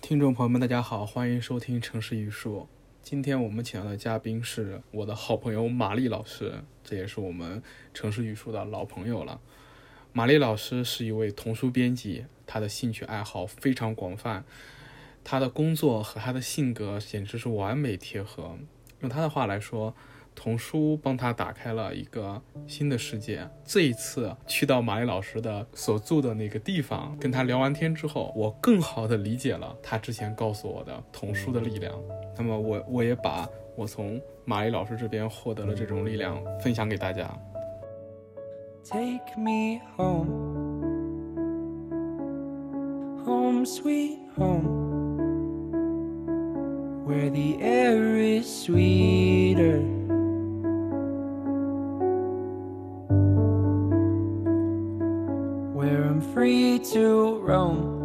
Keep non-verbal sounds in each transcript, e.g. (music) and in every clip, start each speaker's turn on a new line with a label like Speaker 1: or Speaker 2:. Speaker 1: 听众朋友们，大家好，欢迎收听《城市一说》。今天我们请到的嘉宾是我的好朋友玛丽老师，这也是我们《城市一说》的老朋友了。玛丽老师是一位童书编辑，她的兴趣爱好非常广泛，她的工作和她的性格简直是完美贴合。用她的话来说，童书帮她打开了一个新的世界。这一次去到玛丽老师的所住的那个地方，跟她聊完天之后，我更好的理解了她之前告诉我的童书的力量。那么我我也把我从玛丽老师这边获得了这种力量分享给大家。
Speaker 2: Take me home. Home, sweet home. Where the air is sweeter. Where I'm free to roam.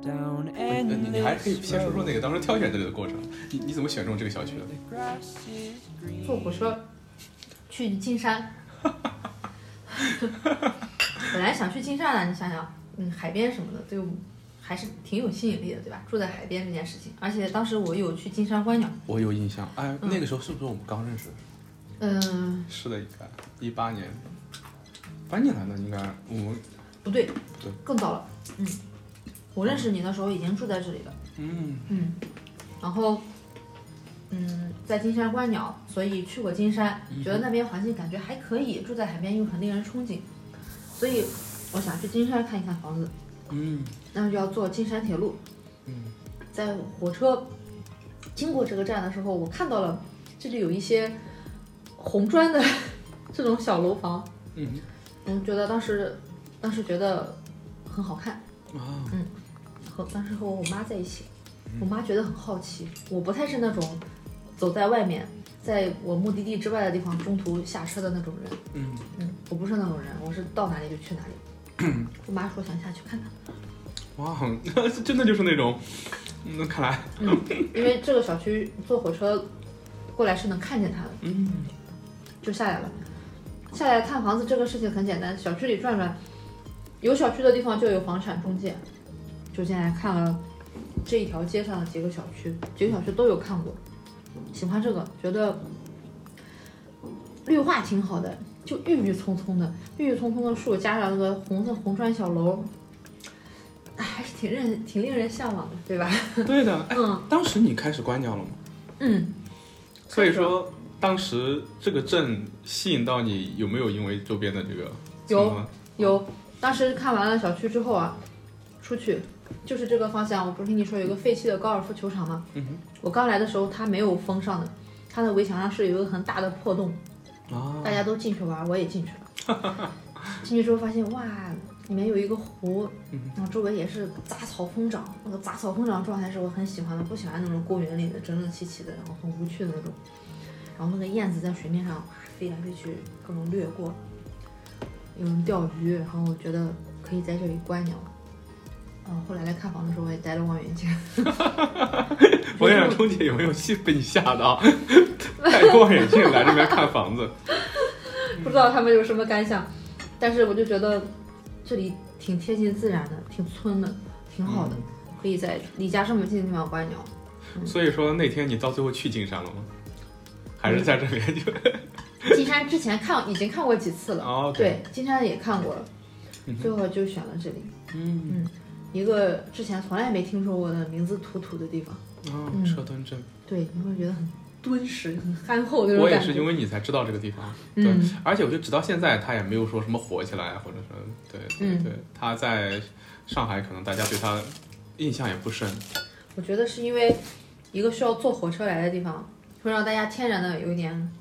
Speaker 2: Down
Speaker 1: 嗯，你
Speaker 2: and
Speaker 1: 你还是可以先说说那个
Speaker 2: the
Speaker 1: 当时挑选这里的过程，你你怎么选中这个小区的？
Speaker 2: grass is green.
Speaker 3: 坐火车去金山， (laughs) 本来想去金山的，你想想，嗯，海边什么的对我还是挺有吸引力的，对吧？住在海边这件事情，而且当时我有去金山观鸟，
Speaker 1: 我有印象，哎，那个时候是不是我们刚认识？
Speaker 3: 嗯、
Speaker 1: 是的，应该一八年，搬进来的应该我们
Speaker 3: 不对，
Speaker 1: 对
Speaker 3: 更早了，嗯，我认识你的时候已经住在这里了，
Speaker 1: 嗯
Speaker 3: 嗯，然后。嗯，在金山观鸟，所以去过金山，觉得那边环境感觉还可以，住在海边又很令人憧憬，所以我想去金山看一看房子。
Speaker 1: 嗯
Speaker 3: 那就要坐金山铁路。
Speaker 1: 嗯，
Speaker 3: 在火车经过这个站的时候，我看到了这里有一些红砖的 (laughs) 这种小楼房，
Speaker 1: 嗯
Speaker 3: 嗯，觉得当时当时觉得很好看，
Speaker 1: 啊
Speaker 3: 和当时和我妈在一起，我妈觉得很好奇，我不太是那种走在外面。在我目的地之外的地方，中途下车的那种人，
Speaker 1: 嗯，
Speaker 3: 嗯，我不是那种人，我是到哪里就去哪里。我妈说想下去看看，
Speaker 1: 哇，真的就是那种，那看来
Speaker 3: 嗯，因为这个小区坐火车过来是能看见它的，
Speaker 1: 嗯
Speaker 3: 就下来了。下来看房子这个事情很简单，小区里转转，有小区的地方就有房产中介，就进来看了这一条街上的几个小区，几个小区都有看过，喜欢这个，觉得绿化挺好的，就郁郁葱葱的，郁郁葱葱的树加上那个红色红砖小楼，哎还是挺令挺令人向往的，对吧？
Speaker 1: (laughs) 对的，哎，
Speaker 3: 嗯
Speaker 1: 当时你开始关掉了吗？
Speaker 3: 嗯，
Speaker 1: 所以说。当时这个镇吸引到你，有没有因为周边的这个
Speaker 3: 有
Speaker 1: 什么
Speaker 3: 有，当时看完了小区之后啊，出去就是这个方向。我不是跟你说有一个废弃的高尔夫球场吗？
Speaker 1: 嗯
Speaker 3: 我刚来的时候它没有封上的，它的围墙上是有一个很大的破洞，
Speaker 1: 啊
Speaker 3: 大家都进去玩，我也进去了。进去之后发现哇，里面有一个湖，然后周围也是杂草疯长，那个杂草疯长状态是我很喜欢的，不喜欢那种公园里的整整齐齐的，然后很无趣的那种。然后那个燕子在水面上哇飞来飞去，各种掠过，有人钓鱼，然后我觉得可以在这里观鸟。嗯，后来来看房的时候，我也带了望远镜。
Speaker 1: 我想冲姐有没有戏被你吓到？ (laughs) 戴个望远镜来这边看房子，
Speaker 3: 不知道他们有什么感想，但是我就觉得这里挺贴近自然的，挺村的，挺 (laughs) 好的，可以在离家这么近的地方观鸟。
Speaker 1: 所以说那天你到最后去金山了吗？还是在这边就
Speaker 3: 金山之前看已经看过几次了，
Speaker 1: 哦，OK
Speaker 3: 嗯对，金山也看过了
Speaker 1: 嗯，哼
Speaker 3: 最后就选了这里，
Speaker 1: 嗯
Speaker 3: 一个之前从来没听说过的名字土土的地方。
Speaker 1: 啊
Speaker 3: 嗯
Speaker 1: 车墩镇，
Speaker 3: 对，你会觉得很敦实、很憨厚的那
Speaker 1: 我
Speaker 3: 种
Speaker 1: 也
Speaker 3: 感
Speaker 1: 是
Speaker 3: 觉。
Speaker 1: 因为你才知道这个地方，对，
Speaker 3: 嗯
Speaker 1: 而且我觉得直到现在他也没有说什么火起来，或者说对对
Speaker 3: 嗯
Speaker 1: 对，他在上海可能大家对他印象也不深，
Speaker 3: 我觉得是因为一个需要坐火车来的地方，会让大家天然的有一点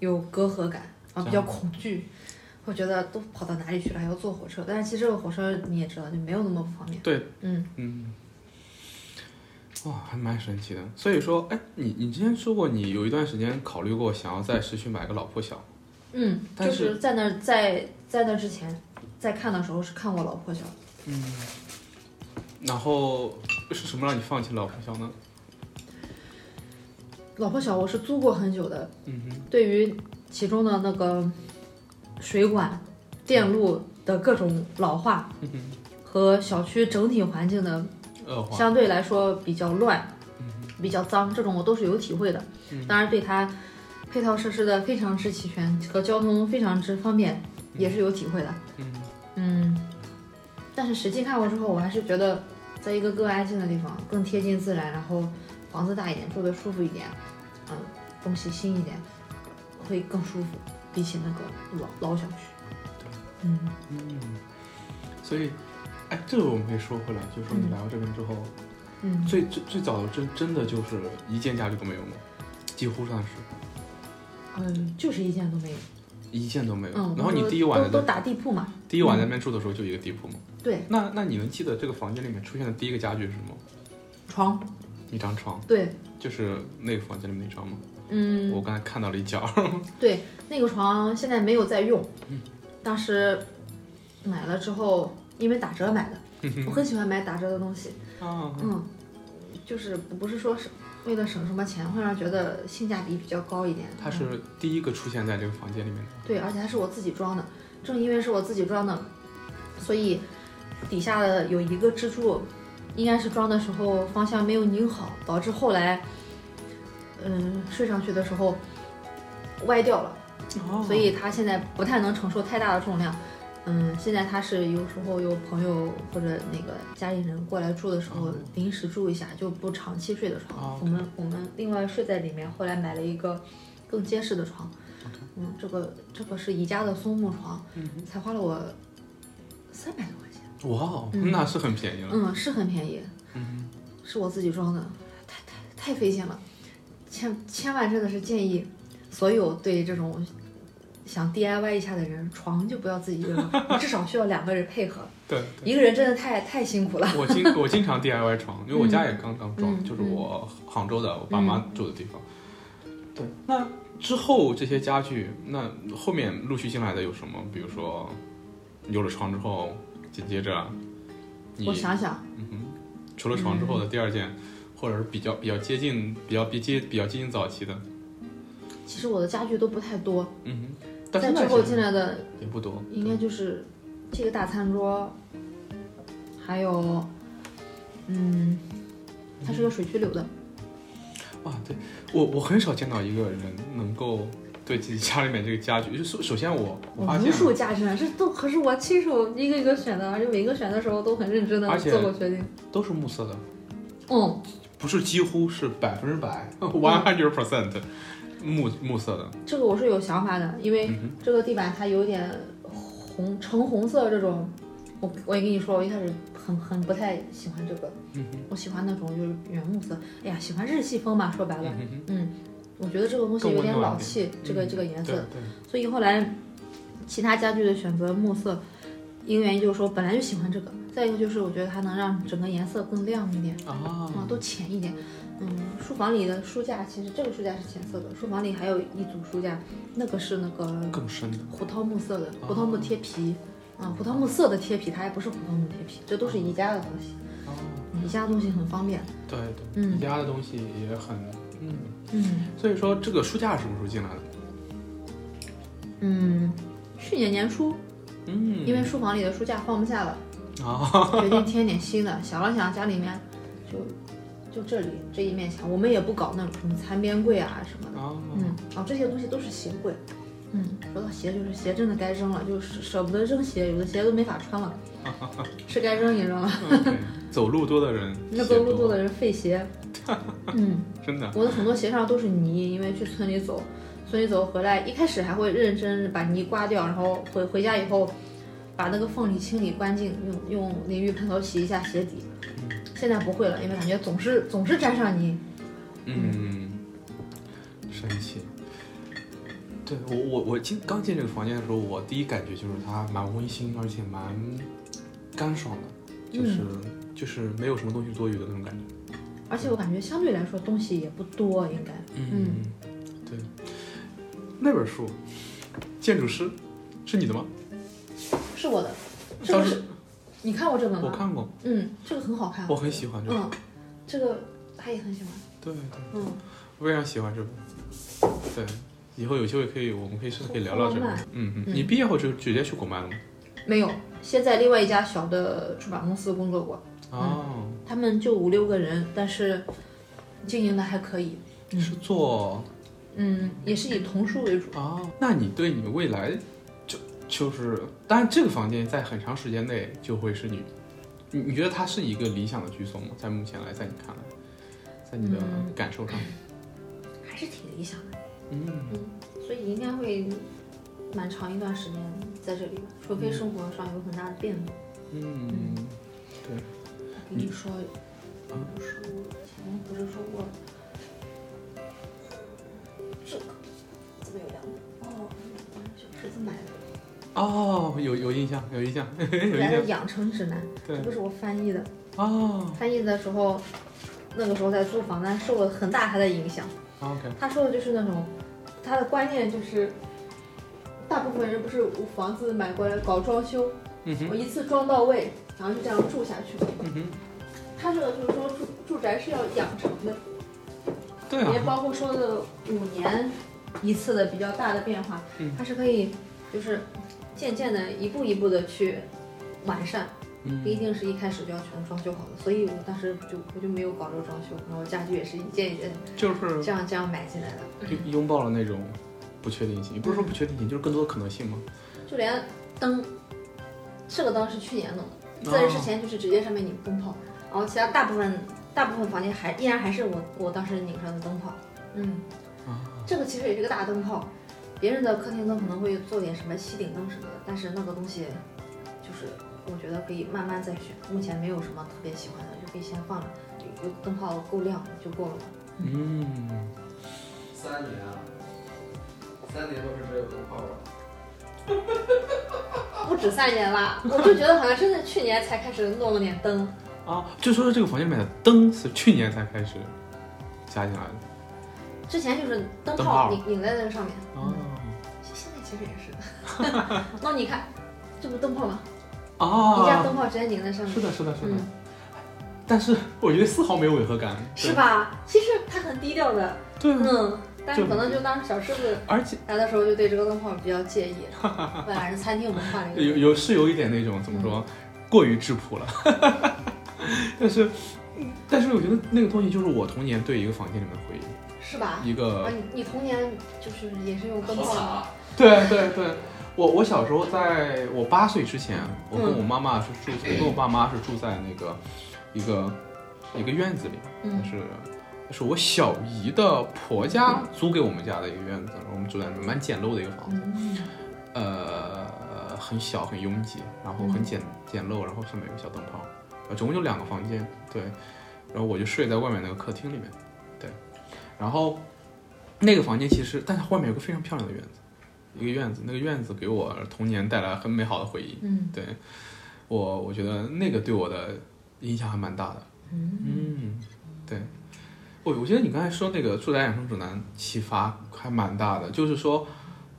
Speaker 3: 有隔阂感，啊，比较恐惧，会觉得都跑到哪里去了还要坐火车。但是其实这个火车你也知道，就没有那么方便。
Speaker 1: 对，
Speaker 3: 嗯，
Speaker 1: 嗯，哇，还蛮神奇的。所以说，哎，你你之前说过你有一段时间考虑过想要在市区买个老破小，
Speaker 3: 嗯，
Speaker 1: 但
Speaker 3: 就是是在那在在那之前，在看的时候是看过老破小，
Speaker 1: 然后是什么让你放弃老破小呢？
Speaker 3: 老破小我是租过很久的，
Speaker 1: 嗯哼，
Speaker 3: 对于其中的那个水管、
Speaker 1: 嗯
Speaker 3: 电路的各种老化和小区整体环境的
Speaker 1: 恶化，
Speaker 3: 相对来说比较乱、
Speaker 1: 嗯
Speaker 3: 比较脏，这种我都是有体会的。当然，对它配套设施的非常之齐全和交通非常之方便，也是有体会的。
Speaker 1: 嗯
Speaker 3: 嗯，但是实际看过之后，我还是觉得，在一个更安静的地方，更贴近自然，然后房子大一点，住的舒服一点，嗯，东西新一点，会更舒服，比起那个老老小区。嗯，
Speaker 1: 嗯，所以，哎，这个我们可以说回来，就是说你
Speaker 3: 嗯
Speaker 1: 来到这边之后，
Speaker 3: 嗯，
Speaker 1: 最最最早的真真的就是一件家具都没有吗？几乎上是
Speaker 3: 嗯，就是一件都没有。
Speaker 1: 一件都没有。
Speaker 3: 嗯，
Speaker 1: 然后你
Speaker 3: 都
Speaker 1: 第一晚在
Speaker 3: 都都
Speaker 1: 那
Speaker 3: 打地铺嘛。
Speaker 1: 第一晚在那边住的时候就一个地铺嘛。
Speaker 3: 对，
Speaker 1: 那那你能记得这个房间里面出现的第一个家具是什么？
Speaker 3: 床。
Speaker 1: 一张床，
Speaker 3: 对，
Speaker 1: 就是那个房间里面那张吗？
Speaker 3: 嗯，
Speaker 1: 我刚才看到了一角。
Speaker 3: 对，那个床现在没有在用。
Speaker 1: 嗯
Speaker 3: 当时买了之后，因为打折买的，我很喜欢买打折的东西。
Speaker 1: 啊，
Speaker 3: 嗯，就是不不是说是为了省什么钱，会让觉得性价比比较高一点。
Speaker 1: 它是第一个出现在这个房间里面的。
Speaker 3: 对，而且还是我自己装的。正因为是我自己装的，所以底下的有一个支柱，应该是装的时候方向没有拧好，导致后来，嗯，睡上去的时候歪掉了。
Speaker 1: 哦
Speaker 3: 所以它现在不太能承受太大的重量。嗯，现在它是有时候有朋友或者那个家里人过来住的时候
Speaker 1: 哦，
Speaker 3: 临时住一下，就不长期睡的
Speaker 1: 哦
Speaker 3: 床。
Speaker 1: ，OK
Speaker 3: 我们我们另外睡在里面，后来买了一个更结实的床。嗯，这个这个是宜家的松木床，
Speaker 1: 嗯
Speaker 3: 才花了我三百多块钱。
Speaker 1: 哇哦，
Speaker 3: 嗯
Speaker 1: 那是很便宜了。
Speaker 3: 嗯，是很便宜，
Speaker 1: 嗯
Speaker 3: 是我自己装的，太太太费劲了。千千万真的是建议所有对这种想 DIY 一下的人，床就不要自己一个人，你至少需要两个人配合，
Speaker 1: (laughs) 嗯对。
Speaker 3: 一个人真的太太辛苦了。
Speaker 1: 我经 (laughs) 我经常 DIY 床，因为我家也刚刚装，
Speaker 3: 嗯嗯
Speaker 1: 就是我杭州的我爸妈住的地方。对，那之后这些家具，那后面陆续进来的有什么？比如说，有了床之后，紧接着你
Speaker 3: 我想想，
Speaker 1: 嗯哼，除了床之后的第二件，或者是比较比较接近、比较比接比较接近早期的，
Speaker 3: 其实我的家具都不太多，
Speaker 1: 嗯哼，但
Speaker 3: 在
Speaker 1: 是
Speaker 3: 之后进来的
Speaker 1: 也不多，
Speaker 3: 应该就是这个大餐桌，还有，嗯，它是个水曲柳的，
Speaker 1: 哇，对我我很少见到一个人能够对自己家里面这个家具，就首首先我我发
Speaker 3: 无
Speaker 1: 现。
Speaker 3: 数家具啊，这都可是我亲手一个一个选的，而且每一个选的时候都很认真的
Speaker 1: 而且
Speaker 3: 做过决定。
Speaker 1: 都是木色的，
Speaker 3: 嗯，
Speaker 1: 不是几乎是百分之百 one hundred percent 木木色的，
Speaker 3: 这个我是有想法的，因为
Speaker 1: 嗯
Speaker 3: 这个地板它有点红橙红色这种，我我也跟你说，我一开始很很不太喜欢这个，
Speaker 1: 哼，嗯哼，
Speaker 3: 我喜欢那种就是原木色。哎呀，喜欢日系风嘛，说白了
Speaker 1: 嗯，哼，
Speaker 3: 嗯，我觉得这个东西
Speaker 1: 更
Speaker 3: 有
Speaker 1: 温
Speaker 3: 点
Speaker 1: 暖一
Speaker 3: 老
Speaker 1: 点
Speaker 3: 气，这个
Speaker 1: 嗯
Speaker 3: 这个颜
Speaker 1: 对
Speaker 3: 色，
Speaker 1: 对，
Speaker 3: 所以后来其他家具的选择木色，一个原因就是说本来就喜欢这个，再一个就是我觉得它能让整个颜色更亮一点，啊，
Speaker 1: 啊，
Speaker 3: 都浅一点。嗯，书房里的书架其实这个书架是浅色的，书房里还有一组书架，那个是那个
Speaker 1: 更深的，
Speaker 3: 胡桃木色的，胡桃木贴皮。啊，胡桃木色的贴皮，它还不是胡桃木贴皮，这都是宜家的东西。
Speaker 1: 哦，
Speaker 3: 宜家的东西很方便。
Speaker 1: 对对，
Speaker 3: 嗯
Speaker 1: 你家的东西也很，嗯，
Speaker 3: 嗯
Speaker 1: 所以说这个书架是什么时候进来的？
Speaker 3: 嗯，去年年初，
Speaker 1: 嗯，
Speaker 3: 因为书房里的书架放不下了，
Speaker 1: 啊，
Speaker 3: 决定添点新的。想了想，家里面就就这里这一面墙，我们也不搞那种什么餐边柜啊什么的。
Speaker 1: 啊，
Speaker 3: 嗯，哦，这些东西都是鞋柜。嗯，说到鞋，就是鞋真的该扔了，就是舍不得扔鞋，有的鞋都没法穿 (laughs) 了，是该扔一扔了。
Speaker 1: OK，走路多的人，
Speaker 3: 那走路多的人费 (laughs) 鞋。嗯，
Speaker 1: 真的，
Speaker 3: 我的很多鞋上都是泥，因为去村里走，村里走回来，一开始还会认真把泥刮掉，然后回回家以后，把那个缝里清理干净，用用淋浴喷头洗一下鞋底。现在不会了，因为感觉总是总是沾上泥。
Speaker 1: 嗯，神奇。对我我我进刚进这个房间的时候，我第一感觉就是它蛮温馨，而且蛮干爽的，就是、就是没有什么东西多余的那种感觉。
Speaker 3: 而且我感觉相对来说东西也不多，应该。嗯，
Speaker 1: 对。那本书《建筑师》是你的吗？
Speaker 3: 是我的，这
Speaker 1: 当
Speaker 3: 个
Speaker 1: 时
Speaker 3: 是，你看过这个吗？
Speaker 1: 我看过，
Speaker 3: 嗯，这个很好看
Speaker 1: 我。很喜欢这本。
Speaker 3: 嗯，这个他也很喜欢。
Speaker 1: 对对，
Speaker 3: 嗯，
Speaker 1: 我非常喜欢这本。对，以后有机会可以，我们可以甚至可以聊聊这本
Speaker 3: 好浪漫。
Speaker 1: 嗯嗯，
Speaker 3: 嗯
Speaker 1: 你毕业后就直接去国漫了吗？
Speaker 3: 没有，先在另外一家小的出版公司工作过，
Speaker 1: 哦，
Speaker 4: 他们就五六个人，但是经营的还可以。
Speaker 1: 是做
Speaker 4: 嗯，也是以童书为主。
Speaker 1: 哦，那你对你未来就就是，当然这个房间在很长时间内就会是你，你你觉得它是一个理想的居所吗？在目前来，在你看来，在你的
Speaker 4: 嗯
Speaker 1: 感受上，
Speaker 4: 还是挺理想的，
Speaker 1: 嗯，
Speaker 3: 所以应该会蛮长一段时间在这里吧，除非生活上有很大的变动。
Speaker 1: 嗯，
Speaker 3: 我跟你说，我跟你说，我前面不是说过这个怎么有两本？哦，小侄子买的，
Speaker 1: 哦，有有印象，有印象， (laughs)
Speaker 3: 《
Speaker 1: 哎有印
Speaker 3: 来的
Speaker 1: 象，
Speaker 3: 养成指南》，
Speaker 1: 对
Speaker 3: 这，不是我翻译的，
Speaker 1: 哦
Speaker 3: 翻译的时候。那个时候在租房，但受了很大他的影响。
Speaker 1: ，OK，
Speaker 3: 他说的就是那种，他的观念就是，大部分人不是房子买过来搞装修，
Speaker 1: 嗯
Speaker 3: 我
Speaker 1: 哼，
Speaker 3: 一次装到位，然后就这样住下去。
Speaker 1: 嗯哼，
Speaker 3: 他这个就是说住住宅是要养成的，
Speaker 1: 对
Speaker 3: 也
Speaker 1: 啊，
Speaker 3: 包括说的五年一次的比较大的变化
Speaker 1: 嗯，
Speaker 3: 它是可以就是渐渐的一步一步的去完善，不一
Speaker 1: 嗯，
Speaker 3: 定是一开始就要全装修好的。所以我当时就我就没有搞这个装修，然后家具也是一件一件
Speaker 1: 就是
Speaker 3: 这样这样买进来的，
Speaker 1: 拥拥抱了那种不确定性，也不是说不确定性，就是更多的可能性嘛，
Speaker 3: 就连灯，这个灯是去年弄的。
Speaker 1: 哦
Speaker 3: 自人之前就是直接上面拧灯泡，然后其他大部分大部分房间还依然还是我我当时拧上的灯泡。嗯，
Speaker 1: 啊，
Speaker 3: 这个其实也是个大灯泡，别人的客厅灯可能会做点什么吸顶灯什么的，但是那个东西就是我觉得可以慢慢再选，目前没有什么特别喜欢的，就可以先放着，有有灯泡够亮就够了。
Speaker 1: 嗯。
Speaker 5: 三年啊，三年都是只有灯泡啊。
Speaker 3: 不止三年啦，我就觉得好像真的去年才开始弄了点灯，
Speaker 1: 啊，就说是这个房间里面的灯是去年才开始加进来的
Speaker 3: 之前就是灯
Speaker 1: 灯泡
Speaker 3: 泡拧拧在那个上面。
Speaker 1: 哦
Speaker 3: 现在其实也是。 (laughs) 那你看，这不灯泡吗？一家
Speaker 1: 啊，
Speaker 3: 灯泡直接拧在上面，
Speaker 1: 是的，是的，是的
Speaker 3: 嗯，，
Speaker 1: 但是我觉得丝毫没有违和感，
Speaker 3: 是吧？其实它很低调的，
Speaker 1: 对？对啊，
Speaker 3: 嗯，但是可能就当时小狮子
Speaker 1: 而且
Speaker 3: 来的时候就对这个灯泡比较介意，晚上餐厅我们换了
Speaker 1: 有
Speaker 3: 一个，
Speaker 1: 有是有一点那种怎么说，
Speaker 3: 嗯
Speaker 1: 过于质朴了， (laughs) 但是嗯但是我觉得那个东西就是我童年对一个房间里面的回忆，
Speaker 3: 是吧？
Speaker 1: 一个
Speaker 3: 啊，你你童年就是也是用灯
Speaker 5: 好
Speaker 3: 泡
Speaker 5: 惨
Speaker 3: 吗，
Speaker 5: 啊！
Speaker 1: (laughs) 对对对，我我小时候在我八岁之前，我跟我妈妈是住，我跟我爸妈是住在那个一个一个院子里，
Speaker 3: 嗯
Speaker 1: 但是是我小姨的婆家租给我们家的一个院子，然后我们住在里面蛮简陋的一个房子，
Speaker 3: 嗯，
Speaker 1: 呃，很小很拥挤，然后很简简陋，然后上面有个小灯泡，呃，总共就两个房间，对，然后我就睡在外面那个客厅里面，对，然后那个房间其实，但是外面有个非常漂亮的院子，一个院子，那个院子给我童年带来很美好的回忆，
Speaker 3: 嗯，
Speaker 1: 对我我觉得那个对我的影响还蛮大的，嗯，对。哦我我觉得你刚才说那个住宅养生指南启发还蛮大的，就是说，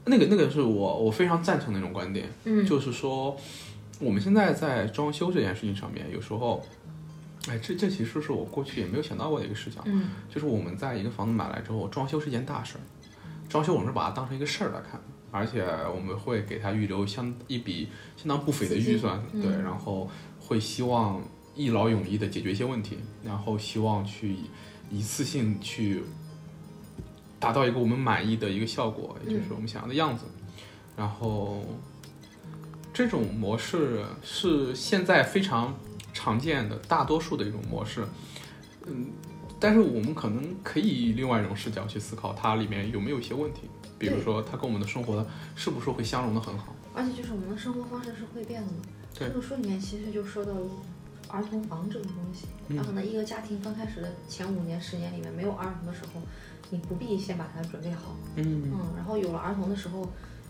Speaker 1: 那个那个是我我非常赞成的那种观点，
Speaker 3: 嗯
Speaker 1: 就是说，我们现在在装修这件事情上面，有时候，哎，这这其实是我过去也没有想到过的一个事情，啊
Speaker 3: 嗯
Speaker 1: 就是我们在一个房子买来之后，装修是件大事儿，装修我们是把它当成一个事儿来看，而且我们会给它预留相一笔相当不菲的
Speaker 3: 资金
Speaker 1: 预算，
Speaker 3: 嗯
Speaker 1: 对，然后会希望一劳永逸的解决一些问题，然后希望去一次性去达到一个我们满意的一个效果，也就是我们想要的样子，然后。这种模式是现在非常常见的大多数的一种模式，嗯但是我们可能可以以另外一种视角去思考它里面有没有一些问题，比如说它跟我们的生活是不是会相融的很好。
Speaker 3: 而且就是我们的生活方式是会变的嘛。
Speaker 1: 对
Speaker 3: 这个书里面其实就说到儿童房这种东西，
Speaker 1: 嗯
Speaker 3: 它可能一个家庭刚开始的前五年、十年里面没有儿童的时候，你不必先把它准备好，
Speaker 1: 嗯
Speaker 3: 嗯，然后有了儿童的时候，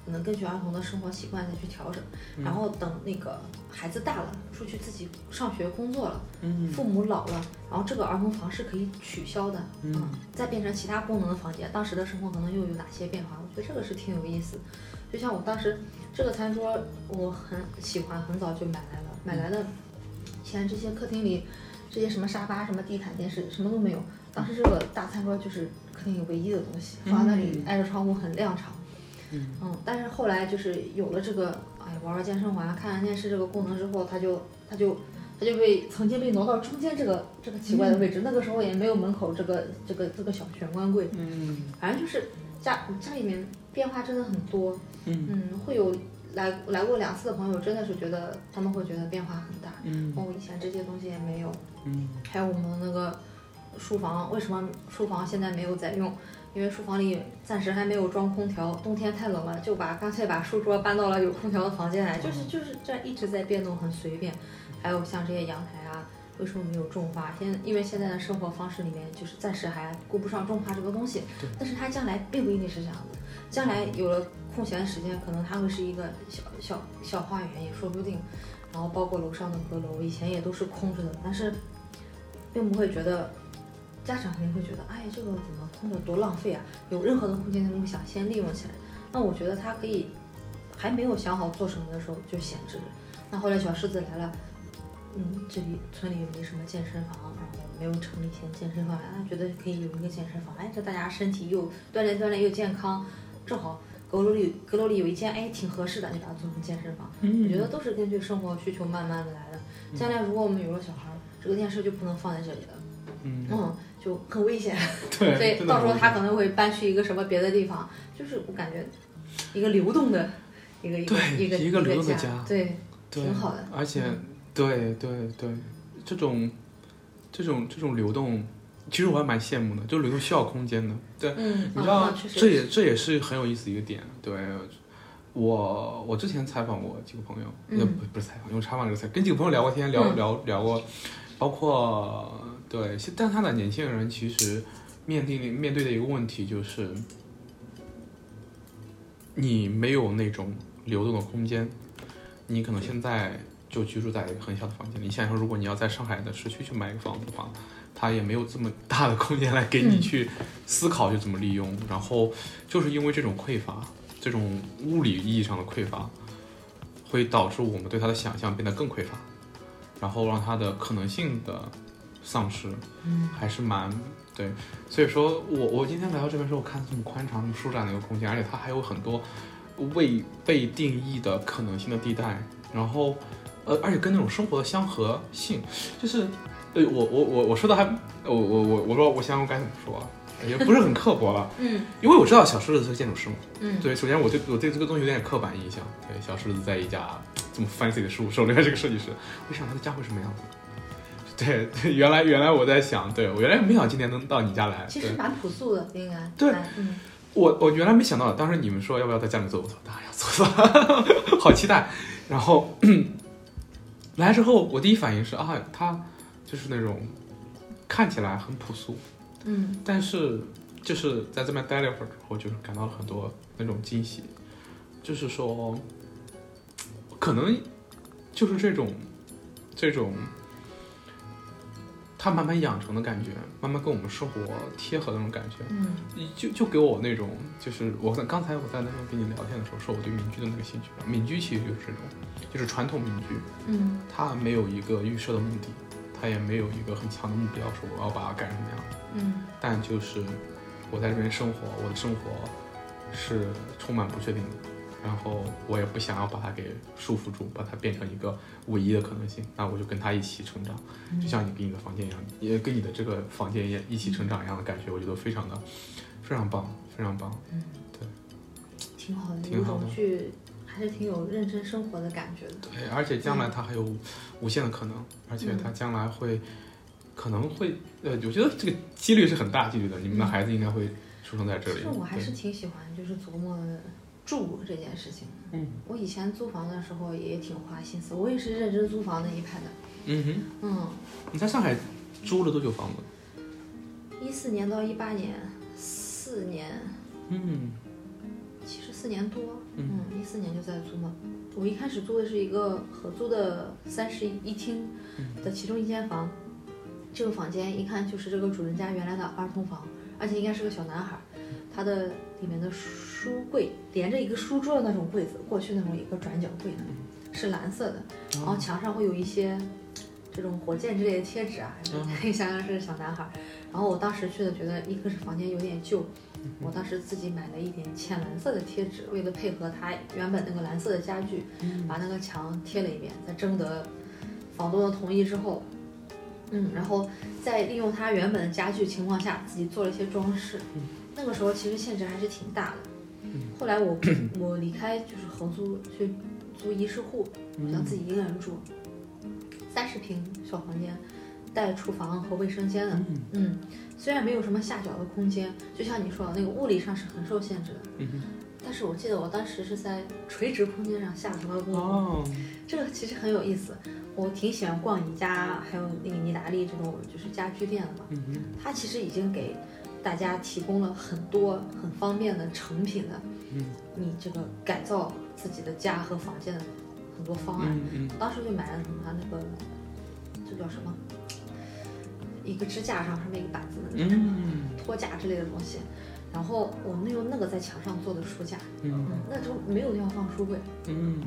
Speaker 3: 可能根据儿童的生活习惯再去调整，
Speaker 1: 嗯
Speaker 3: 然后等那个孩子大了，出去自己上学工作了，
Speaker 1: 嗯
Speaker 3: 父母老了，然后这个儿童房是可以取消的，
Speaker 1: 嗯
Speaker 3: 再变成其他功能的房间，当时的生活可能又有哪些变化？我觉得这个是挺有意思。就像我当时这个餐桌，我很喜欢，很早就买来了，买来的前这些客厅里这些什么沙发、什么地毯、电视什么都没有，当时这个大餐桌就是客厅里唯一的东西，放在那里
Speaker 1: 嗯
Speaker 3: 挨着窗户很亮堂。
Speaker 1: 嗯
Speaker 3: 嗯，但是后来就是有了这个，哎，玩玩健身环、看看电视这个功能之后，它就它就它就被曾经被挪到中间这个这个奇怪的位置。那个时候也没有门口这个这个这个小玄关柜，
Speaker 1: 嗯
Speaker 3: 反正就是家家里面变化真的很多，
Speaker 1: 嗯
Speaker 3: 嗯，会有来来过两次的朋友，真的是觉得他们会觉得变化很大。
Speaker 1: 嗯
Speaker 3: 哦，以前这些东西也没有，
Speaker 1: 嗯
Speaker 3: 还有我们那个书房，为什么书房现在没有在用？因为书房里暂时还没有装空调，冬天太冷了，就把干脆把书桌搬到了有空调的房间来，
Speaker 1: 嗯
Speaker 3: 就是就是这样一直在变动，很随便。还有像这些阳台啊，为什么没有种花？现在因为现在的生活方式里面，就是暂时还顾不上种花这个东西
Speaker 1: 对，
Speaker 3: 但是它将来并不一定是这样子。将来有了空闲时间，可能它会是一个小小小花园，也说不定。然后包括楼上的阁楼，以前也都是空着的，但是并不会觉得，家长肯定会觉得，哎，这个怎么空着多浪费啊！有任何的空间，他们会想先利用起来。那我觉得他可以还没有想好做什么的时候就闲置着。那后来小狮子来了，嗯，这里村里没什么健身房，然后没有成立一些健身房，他觉得可以有一个健身房，哎，这大家身体又锻炼锻炼又健康，正好阁楼里阁楼里有一间，哎，挺合适的，就把它做成健身房。
Speaker 1: 嗯
Speaker 3: 嗯我觉得都是根据生活需求慢慢的来的。将来如果我们有了小孩儿，这个电视就不能放在这里了，
Speaker 1: 嗯， (laughs)
Speaker 3: 嗯，就很危险。
Speaker 1: 对，
Speaker 3: 所以
Speaker 1: 真的
Speaker 3: 到时候
Speaker 1: 很
Speaker 3: 他可能会搬去一个什么别的地方，就是我感觉一个流动的，一个一个
Speaker 1: 对
Speaker 3: 一个
Speaker 1: 一个流动的家
Speaker 3: 对，
Speaker 1: 对嗯
Speaker 3: 挺好的
Speaker 1: 而且，对对对，这种这种这种流动，其实我还蛮羡慕的，就流动需要空间的。对，
Speaker 3: 嗯，
Speaker 1: 你知道
Speaker 3: 啊、确，实
Speaker 1: 这也这也是很有意思的一个点。对，我我之前采访过几个朋友，
Speaker 3: 嗯
Speaker 1: 呃不不是采访，用采访这个词，跟几个朋友聊过天，聊、
Speaker 3: 嗯
Speaker 1: 聊聊过，包括对现但他的年轻人其实面对的面对的一个问题就是，你没有那种流动的空间，你可能现在就居住在一个很小的房间里。你想想，如果你要在上海的市区去买一个房子的话，它也没有这么大的空间来给
Speaker 3: 嗯
Speaker 1: 你去思考去怎么利用。然后就是因为这种匮乏，这种物理意义上的匮乏，会导致我们对它的想象变得更匮乏，然后让它的可能性的丧失，
Speaker 3: 嗯
Speaker 1: 还是蛮对。所以说我我今天来到这边时候，我看这么宽敞、这么舒展的一个空间，而且它还有很多未被定义的可能性的地带，然后呃，而且跟那种生活的相合性，就是呃，我我我我说的还我我我我说我想想我该怎么说啊，也不是很刻薄了，
Speaker 3: 嗯
Speaker 1: 因为我知道小狮子是个建筑师嘛。
Speaker 3: 嗯，
Speaker 1: 对，首先我对我对这个东西有点刻板印象。对，小狮子在一家这么 fancy 的事务所里面是个设计师，我想他的家会什么样子？ (laughs) 对， (laughs) 对原来原来我在想，对我原来没想今天能到你家来。
Speaker 3: 其实
Speaker 1: 对
Speaker 3: 蛮朴素的，应该
Speaker 1: 对
Speaker 3: 哎嗯
Speaker 1: 我我原来没想到，当时你们说要不要在家里做，我说当然要做了， (laughs) 好期待。然后来之后，我第一反应是啊，他就是那种看起来很朴素，
Speaker 3: 嗯
Speaker 1: 但是就是在这边待了一会儿之后，就是感到了很多那种惊喜，就是说，可能就是这种这种，它慢慢养成的感觉，慢慢跟我们生活贴合的那种感觉，
Speaker 3: 嗯
Speaker 1: 就就给我那种，就是我在刚才我在那边跟你聊天的时候，说我对民居的那个兴趣，民居其实就是这种，就是传统民居，
Speaker 3: 嗯
Speaker 1: 它没有一个预设的目的，它也没有一个很强的目标，说我要把它改成那样。
Speaker 3: 嗯
Speaker 1: 但就是我在这边生活，我的生活是充满不确定的，然后我也不想要把它给束缚住，把它变成一个唯一的可能性，那我就跟它一起成长，
Speaker 3: 嗯
Speaker 1: 就像你跟你的房间一样，也跟你的这个房间也一起成长一样的感觉，我觉得非常的非常棒，非常棒。
Speaker 3: 嗯，
Speaker 1: 对，
Speaker 3: 挺好的，有
Speaker 1: 挺好的
Speaker 3: 种去还是挺有认真生活的感觉的。
Speaker 1: 对，而且将来它还有无限的可能，而且
Speaker 3: 嗯
Speaker 1: 它将来会可能会呃，我觉得这个几率是很大几率的，你们的孩子应该会出生在这
Speaker 3: 其
Speaker 1: 里。
Speaker 3: 实我还
Speaker 1: 对
Speaker 3: 嗯是挺喜欢，就是琢磨住这件事情的。
Speaker 1: 嗯，
Speaker 3: 我以前租房的时候也挺花心思，我也是认真租房那一派的。
Speaker 1: 嗯哼。
Speaker 3: 嗯，
Speaker 1: 你在上海租了多久房子？
Speaker 3: 一四年到一八年，四年，
Speaker 1: 嗯
Speaker 3: 其实四年多。
Speaker 1: 嗯
Speaker 3: 嗯，一四年就在租嘛。我一开始租的是一个合租的三室一厅
Speaker 1: 嗯
Speaker 3: 的其中一间房，这个房间一看就是这个主人家原来的儿童房，而且应该是个小男孩儿，他的里面的书柜连着一个书桌的那种柜子，过去那种一个转角柜呢，是蓝色的，然后墙上会有一些这种火箭之类的贴纸啊， (laughs) 你想想是小男孩儿。然后我当时去的觉得一个是房间有点旧，我当时自己买了一点浅蓝色的贴纸，为了配合它原本那个蓝色的家具，把那个墙贴了一遍，再征得房东的同意之后，嗯，然后再利用他原本的家具情况下，自己做了一些装饰。那个时候其实限制还是挺大的。后来我我离开就是合租去租一室户，好像自己一个人住，三十平小房间，带厨房和卫生间的。
Speaker 1: 嗯
Speaker 3: 嗯，虽然没有什么下脚的空间，就像你说的那个物理上是很受限制的，
Speaker 1: 嗯
Speaker 3: 但是我记得我当时是在垂直空间上下足了
Speaker 1: 哼，
Speaker 3: 功夫。
Speaker 1: 哦，
Speaker 3: 这个其实很有意思，我挺喜欢逛宜家，还有那个尼达利这种就是家居店的嘛。
Speaker 1: 嗯哼，
Speaker 3: 它其实已经给大家提供了很多很方便的成品的，
Speaker 1: 嗯，
Speaker 3: 你这个改造自己的家和房间的很多方案。
Speaker 1: 嗯嗯
Speaker 3: 当时就买了什么那个，这叫什么？一个支架上上面一个板子的那个
Speaker 1: 嗯
Speaker 3: 托架之类的东西，然后我们用那个在墙上做的书架，
Speaker 1: 嗯
Speaker 3: 那时候没有地方放书柜，
Speaker 1: 嗯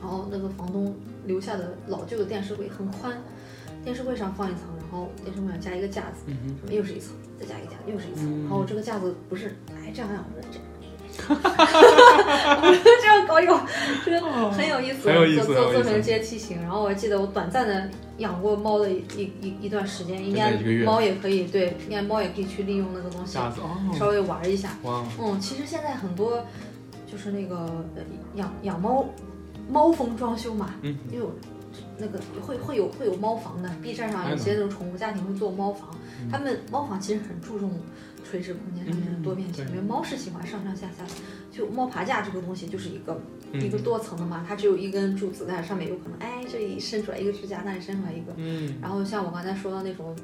Speaker 3: 然后那个房东留下的老旧的电视柜很宽，电视柜上放一层，然后电视柜上加一个架子，
Speaker 1: 嗯哼，
Speaker 3: 又是一层，再加一个架，又是一层。
Speaker 1: 嗯
Speaker 3: 然后我这个架子不是，哎，这样这样，我这样。我这样搞一搞，真的很有意思，
Speaker 1: 很有意思
Speaker 3: 做
Speaker 1: 很有
Speaker 3: 做
Speaker 1: 意
Speaker 3: 做
Speaker 1: 思
Speaker 3: 成阶梯型。然后我还记得我短暂的养过猫的一一一一段时间，应
Speaker 1: 大
Speaker 3: 该
Speaker 1: 概一个月
Speaker 3: 猫也可以对，应该猫也可以去利用那个东西，
Speaker 1: 架子
Speaker 3: 稍
Speaker 1: 哦，
Speaker 3: 微玩一下。
Speaker 1: 哇，
Speaker 3: 嗯，其实现在很多就是那个呃养养猫猫风装修嘛，
Speaker 1: 嗯
Speaker 3: 也有那个会会有会有猫房的，B 站上有些那种宠物家庭会做猫房，
Speaker 1: 嗯
Speaker 3: 他们猫房其实很注重垂直空间上面
Speaker 1: 嗯
Speaker 3: 的多变性，
Speaker 1: 对
Speaker 3: 因为猫是喜欢上上下下的，就猫爬架这个东西就是一个、一个
Speaker 1: 嗯
Speaker 3: 多层的嘛，它只有一根柱子，但是上面有可能哎这里伸出来一个支架，那里伸出来一个，
Speaker 1: 嗯
Speaker 3: 然后像我刚才说的那种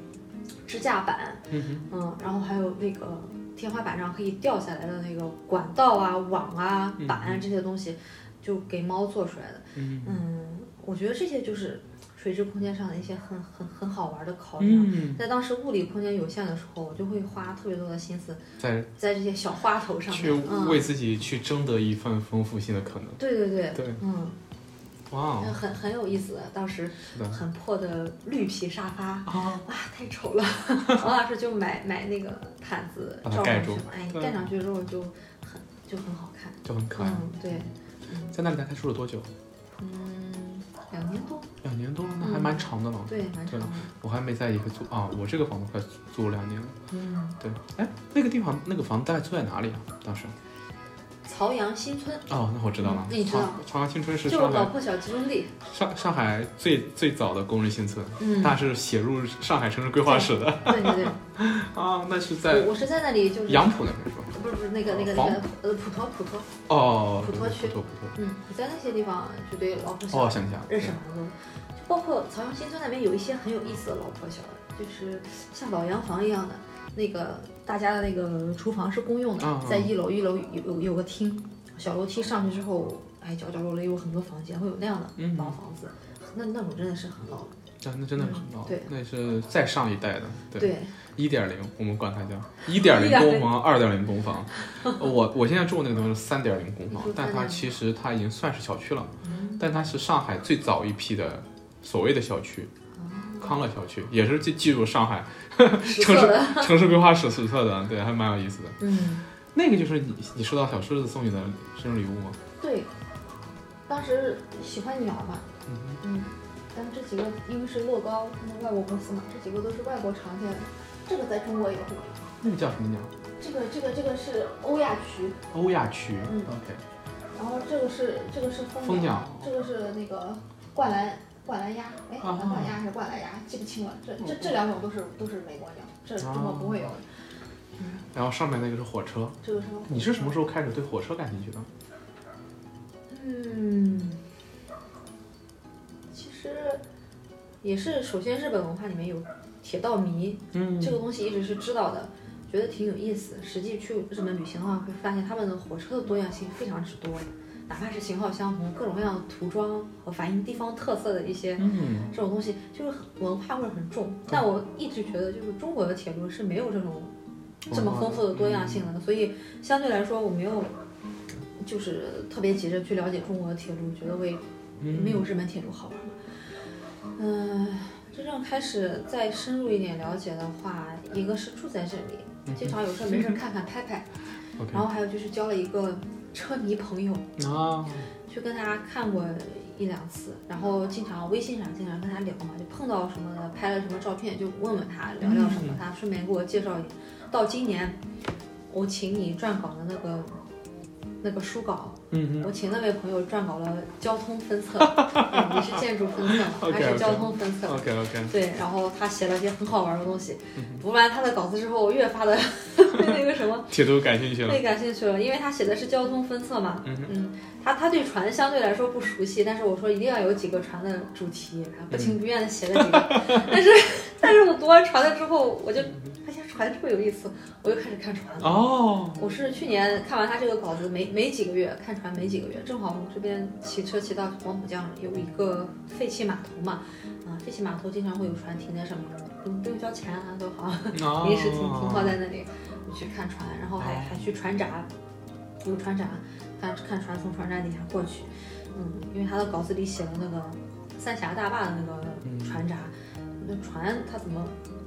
Speaker 3: 支架板，
Speaker 1: 嗯哼，
Speaker 3: 嗯，然后还有那个天花板上可以掉下来的那个管道啊、网啊
Speaker 1: 嗯、
Speaker 3: 板啊这些东西，就给猫做出来的。
Speaker 1: 嗯
Speaker 3: 嗯，我觉得这些就是垂直空间上的一些很很很好玩的考量。
Speaker 1: 嗯，
Speaker 3: 在当时物理空间有限的时候，我就会花特别多的心思
Speaker 1: 在
Speaker 3: 在这些小花头上
Speaker 1: 去
Speaker 3: 面。
Speaker 1: 为
Speaker 3: 嗯，
Speaker 1: 自己去争得一份丰富性的可能，
Speaker 3: 对对对，
Speaker 1: 对，
Speaker 3: 嗯，
Speaker 1: 哇
Speaker 3: 那，很很有意思的。当时
Speaker 1: 是的，
Speaker 3: 很破的绿皮沙发，
Speaker 1: 啊，
Speaker 3: 哇，太丑了！王老师就买买那个毯子
Speaker 1: 把它
Speaker 3: 罩
Speaker 1: 盖
Speaker 3: 上去
Speaker 1: 住
Speaker 3: 嘛，哎，
Speaker 1: 嗯
Speaker 3: 盖上去之后就很就很好看。
Speaker 1: 就很可爱。
Speaker 3: 嗯，对，
Speaker 1: 在那里大概住了多久？
Speaker 3: 嗯，两年多，
Speaker 1: 两年多，那还蛮长的了。
Speaker 3: 对，蛮长的。
Speaker 1: 我还没在一个租啊，我这个房子快租了两年了。
Speaker 3: 嗯，
Speaker 1: 对，哎，那个地方那个房子大概租在哪里啊？当时？
Speaker 3: 朝阳新村
Speaker 1: 哦，那我知道了。
Speaker 3: 嗯你知道
Speaker 1: 朝朝阳新村是
Speaker 3: 就是
Speaker 1: 上
Speaker 3: 老
Speaker 1: 海
Speaker 3: 破小集中地。
Speaker 1: 上上海最最早的工人新村，
Speaker 3: 嗯，
Speaker 1: 它是写入上海城市规划史的
Speaker 3: 对对对，
Speaker 1: (laughs) 啊。那是在
Speaker 3: 我我是在那里就是
Speaker 1: 杨浦那边是吧？
Speaker 3: 不是不是那个那个那
Speaker 1: 黄
Speaker 3: 个呃普陀普陀，
Speaker 1: 哦，
Speaker 3: 普陀区
Speaker 1: 普陀普陀。
Speaker 3: 嗯，我在那些地方就对老破
Speaker 1: 哦，
Speaker 3: 小
Speaker 1: 想起来了，
Speaker 3: 认识蛮多的，就包括朝阳新村那边有一些很有意思的老破小，就是像老洋房一样的那个大家的那个厨房是公用的，
Speaker 1: 嗯嗯
Speaker 3: 在一楼一楼有有有个厅，小楼梯上去之后，哎角角落落有很多房间，会有那样的
Speaker 1: 嗯
Speaker 3: 老房子，那那种真的是很老了，
Speaker 1: 对，那真的很老
Speaker 3: 嗯对，
Speaker 1: 那是再上一代的，对。
Speaker 3: 对，
Speaker 1: 一点零，我们管它叫一点零公房、二点零公
Speaker 3: (laughs)
Speaker 1: 房。我我现在住的那个地方是三点零公房
Speaker 3: 你住，
Speaker 1: 但它
Speaker 3: 3.0
Speaker 1: 其实它已经算是小区了，(laughs)
Speaker 3: 嗯
Speaker 1: 但它是上海最早一批的所谓的小区，康乐小区，也是记记住上
Speaker 3: (laughs)
Speaker 1: 海
Speaker 3: 实
Speaker 1: 城
Speaker 3: 测的，
Speaker 1: 市城市规划史史册的，对，还蛮有意思的。
Speaker 3: 嗯，
Speaker 1: 那个就是你你收到小狮子送你的生日礼物吗？
Speaker 3: 对，当时喜欢鸟嘛，
Speaker 1: 嗯
Speaker 3: 嗯，但这几个因为是乐高那个外国公司嘛，这几个都是外国常见的，这个在中国也会有。
Speaker 1: 那个叫什么鸟？
Speaker 3: 这个这个这个是欧亚区，
Speaker 1: 欧亚区。
Speaker 3: 嗯
Speaker 1: OK，
Speaker 3: 然后这个是这个是蜂
Speaker 1: 蜂鸟
Speaker 3: 这个是那个灌篮灌篮鸭，哎，
Speaker 1: 啊嗯
Speaker 3: 灌篮鸭还是灌篮鸭，记不清了。这这这两种都是都是美国鸟，这
Speaker 1: 啊
Speaker 3: 中国不会有的。
Speaker 1: 然后上面那个是火车。
Speaker 3: 这个什么？
Speaker 1: 你是什么时候开始对火车感兴趣的？
Speaker 3: 嗯，其实也是，首先日本文化里面有铁道迷，
Speaker 1: 嗯
Speaker 3: 这个东西一直是知道的，觉得挺有意思。实际去日本旅行的话，会发现他们的火车的多样性非常之多，哪怕是型号相同，各种各样的涂装和反映地方特色的一些
Speaker 1: 嗯
Speaker 3: 这种东西，就是很文化味儿很重。但我一直觉得，就是中国的铁路是没有这种这么丰富的多样性的，所以相对来说，我没有就是特别急着去了解中国的铁路，觉得为
Speaker 1: 嗯
Speaker 3: 没有日本铁路好玩嘛。嗯、真正开始再深入一点了解的话，一个是住在这
Speaker 1: 嗯
Speaker 3: 里，经常有事儿没事儿看看拍拍，
Speaker 1: OK
Speaker 3: 然后还有就是交了一个车迷朋友，
Speaker 1: 啊
Speaker 3: 去跟他看过一两次，然后经常微信上经常跟他聊嘛，就碰到什么的拍了什么照片就问问他聊聊
Speaker 1: 嗯
Speaker 3: 什么，他顺便给我介绍一。到今年，我请你撰稿的那个那个书稿，
Speaker 1: 嗯
Speaker 3: 我请那位朋友撰稿了交通分册， (laughs) 嗯你是建筑
Speaker 1: (laughs)
Speaker 3: 分册嘛，他
Speaker 1: OK，OK 嗯
Speaker 3: 是交通分
Speaker 1: 哼
Speaker 3: 册。
Speaker 1: ，OK OK，
Speaker 3: 对，然后他写了些很好玩的东西。
Speaker 1: 嗯
Speaker 3: 读完他的稿子之后，我越 (laughs) 发的对那个什么
Speaker 1: 铁都感兴趣了，
Speaker 3: 被感兴趣了，因为他写的是交通分册嘛。
Speaker 1: 嗯哼
Speaker 3: 嗯，他他对船相对来说不熟悉，但是我说一定要有几个船的主题，然后不情不愿的写了几个。 (laughs) 但是但是我读完船了之后，我就发现船这么有意思，我又开始看船了。 (laughs)
Speaker 1: 哦，
Speaker 3: 我是去年看完他这个稿子没没几个月，看船没几个月，正好我们这边骑车骑到王浦江有一个废弃码头嘛，啊，废弃码头经常会有船停在上面，不用不用交钱啊，都好像
Speaker 1: 哦
Speaker 3: 临时停停靠在那里，我去看船，然后还还去船闸，有船闸，看看船从船闸底下过去，嗯，因为他的稿子里写了那个三峡大坝的那个
Speaker 1: 嗯
Speaker 3: 船闸，那船它怎么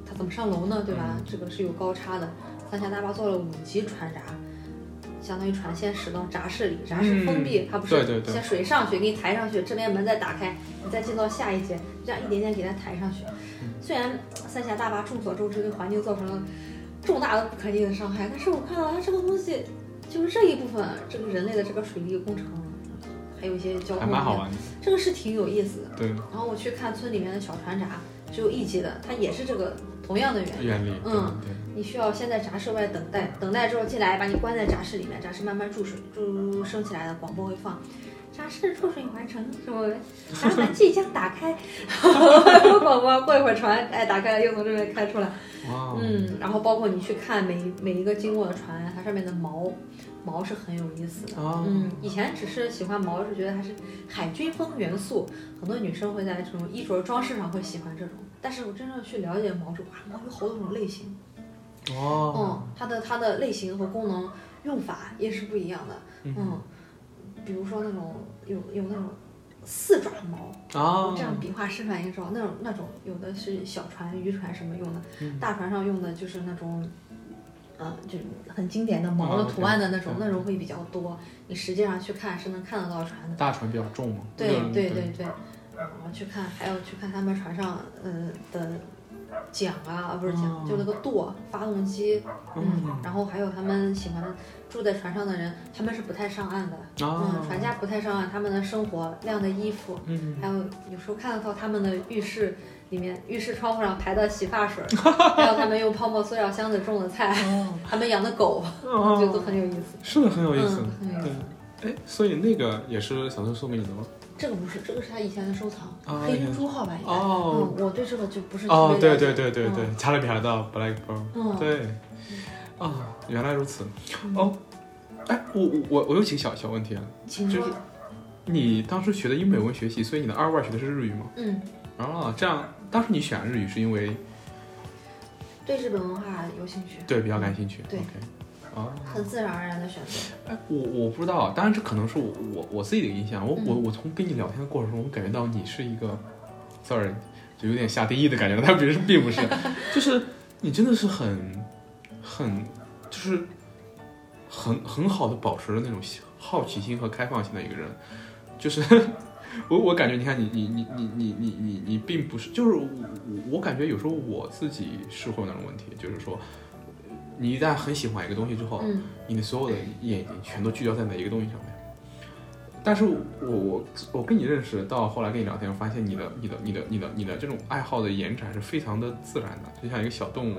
Speaker 3: 它怎么上楼呢？对吧？
Speaker 1: 嗯
Speaker 3: 这个是有高差的，三峡大坝做了五级船闸。相当于船先驶到闸室里，闸室封闭，
Speaker 1: 嗯
Speaker 3: 它不
Speaker 1: 对对
Speaker 3: 是
Speaker 1: 对
Speaker 3: 先水上去，给你抬上去，这边门再打开，你再进到下一节，这样一点点给它抬上去。
Speaker 1: 嗯
Speaker 3: 虽然三峡大坝众所周知对环境造成了重大的不可逆的伤害，但是我看到它这个东西，就是这一部分，这个人类的这个水利工程，还有一些交
Speaker 1: 还
Speaker 3: 通，
Speaker 1: 蛮好玩的，
Speaker 3: 这个是挺有意思的。
Speaker 1: 对，
Speaker 3: 然后我去看村里面的小船闸，只有一级的，它也是这个同样的原理。
Speaker 1: 原理，
Speaker 3: 嗯
Speaker 1: 对，
Speaker 3: 你需要先在闸室外等待，等待之后进来，把你关在闸室里面，闸室慢慢注水，注升起来的广播会放。闸室注水完成，什么闸门即将打开， (laughs) 广播过一会儿船，哎，打开了，又从这边开出来。
Speaker 1: 对哇哦，
Speaker 3: 嗯，然后包括你去看每每一个经过的船，它上面的毛毛是很有意思的。
Speaker 1: 哦
Speaker 3: 嗯，以前只是喜欢毛，是觉得它是海军风元素，很多女生会在这种衣着装饰上会喜欢这种。但是我真正去了解毛主，哇，毛有好多种类型，
Speaker 1: 哦，
Speaker 3: 嗯，它的它的类型和功能用法也是不一样的，嗯，比如说那种有有那种四爪毛，
Speaker 1: 啊
Speaker 3: 哦这样笔画示范一招，那种那种有的是小船、渔船什么用的，大船上用的就是那种，呃，就是很经典的毛的
Speaker 1: 啊，OK，
Speaker 3: 图案的那种，
Speaker 1: 嗯
Speaker 3: 那种会比较多。你实际上去看是能看得到船的。
Speaker 1: 大船比较重嘛，
Speaker 3: 对
Speaker 1: 热
Speaker 3: 对对对，然后去看，还有去看他们船上呃的桨啊，啊不是桨，
Speaker 1: 哦
Speaker 3: 就那个舵、发动机，嗯
Speaker 1: 嗯，
Speaker 3: 然后还有他们喜欢住在船上的人，他们是不太上岸的，
Speaker 1: 啊
Speaker 3: 嗯，船家不太上岸，他们的生活、晾的衣服，
Speaker 1: 嗯
Speaker 3: 还有有时候看得到他们的浴室里面，浴室窗户上排的洗发水，
Speaker 1: (laughs)
Speaker 3: 还有他们用泡沫塑料箱子种的菜，他们养的狗，我觉得都很有意思。
Speaker 1: 哦是的，很有意思
Speaker 3: 嗯，很有意思
Speaker 1: 对。哎，所以那个也是小崔送给你的吗？
Speaker 3: 这个不是，这个是他以前的收藏，
Speaker 1: 啊
Speaker 3: 黑珍珠号吧应该。
Speaker 1: 哦
Speaker 3: 嗯，我对这个就不是特别
Speaker 1: 哦
Speaker 3: 了，解
Speaker 1: 对对对对对，加勒比海盗 Black Pearl，
Speaker 3: 嗯
Speaker 1: 对，啊，原来如此，哦，哎，我我我我有几个小小问题啊，
Speaker 3: 请
Speaker 1: 就
Speaker 3: 说
Speaker 1: 是，你当时学的英美文学习，所以你的二外学的是日语吗？
Speaker 3: 嗯，
Speaker 1: 啊，这样，当时你选日语是因为
Speaker 3: 对日本文化有兴趣，
Speaker 1: 对比较感兴趣，
Speaker 3: 对
Speaker 1: o k 啊，
Speaker 3: 很自然而然的选择。
Speaker 1: 哎，我我不知道，当然这可能是我我我自己的一个印象。我、我我从跟你聊天的过程中，我感觉到你是一个，sorry，就有点下定义的感觉了， (laughs) 但别人并不是，就是你真的是很很就是很很好的保持了那种好奇心和开放性的一个人，就是 (laughs) 我我感觉你看你你你你你你你你并不是，就是我我我感觉有时候我自己是会有那种问题，就是说。你一旦很喜欢一个东西之后，
Speaker 3: 嗯
Speaker 1: 你的所有的眼睛全都聚焦在哪一个东西上面。但是我我我跟你认识到后来跟你聊天，我发现你的你的你的你的你的这种爱好的延展是非常的自然的，就像一个小动物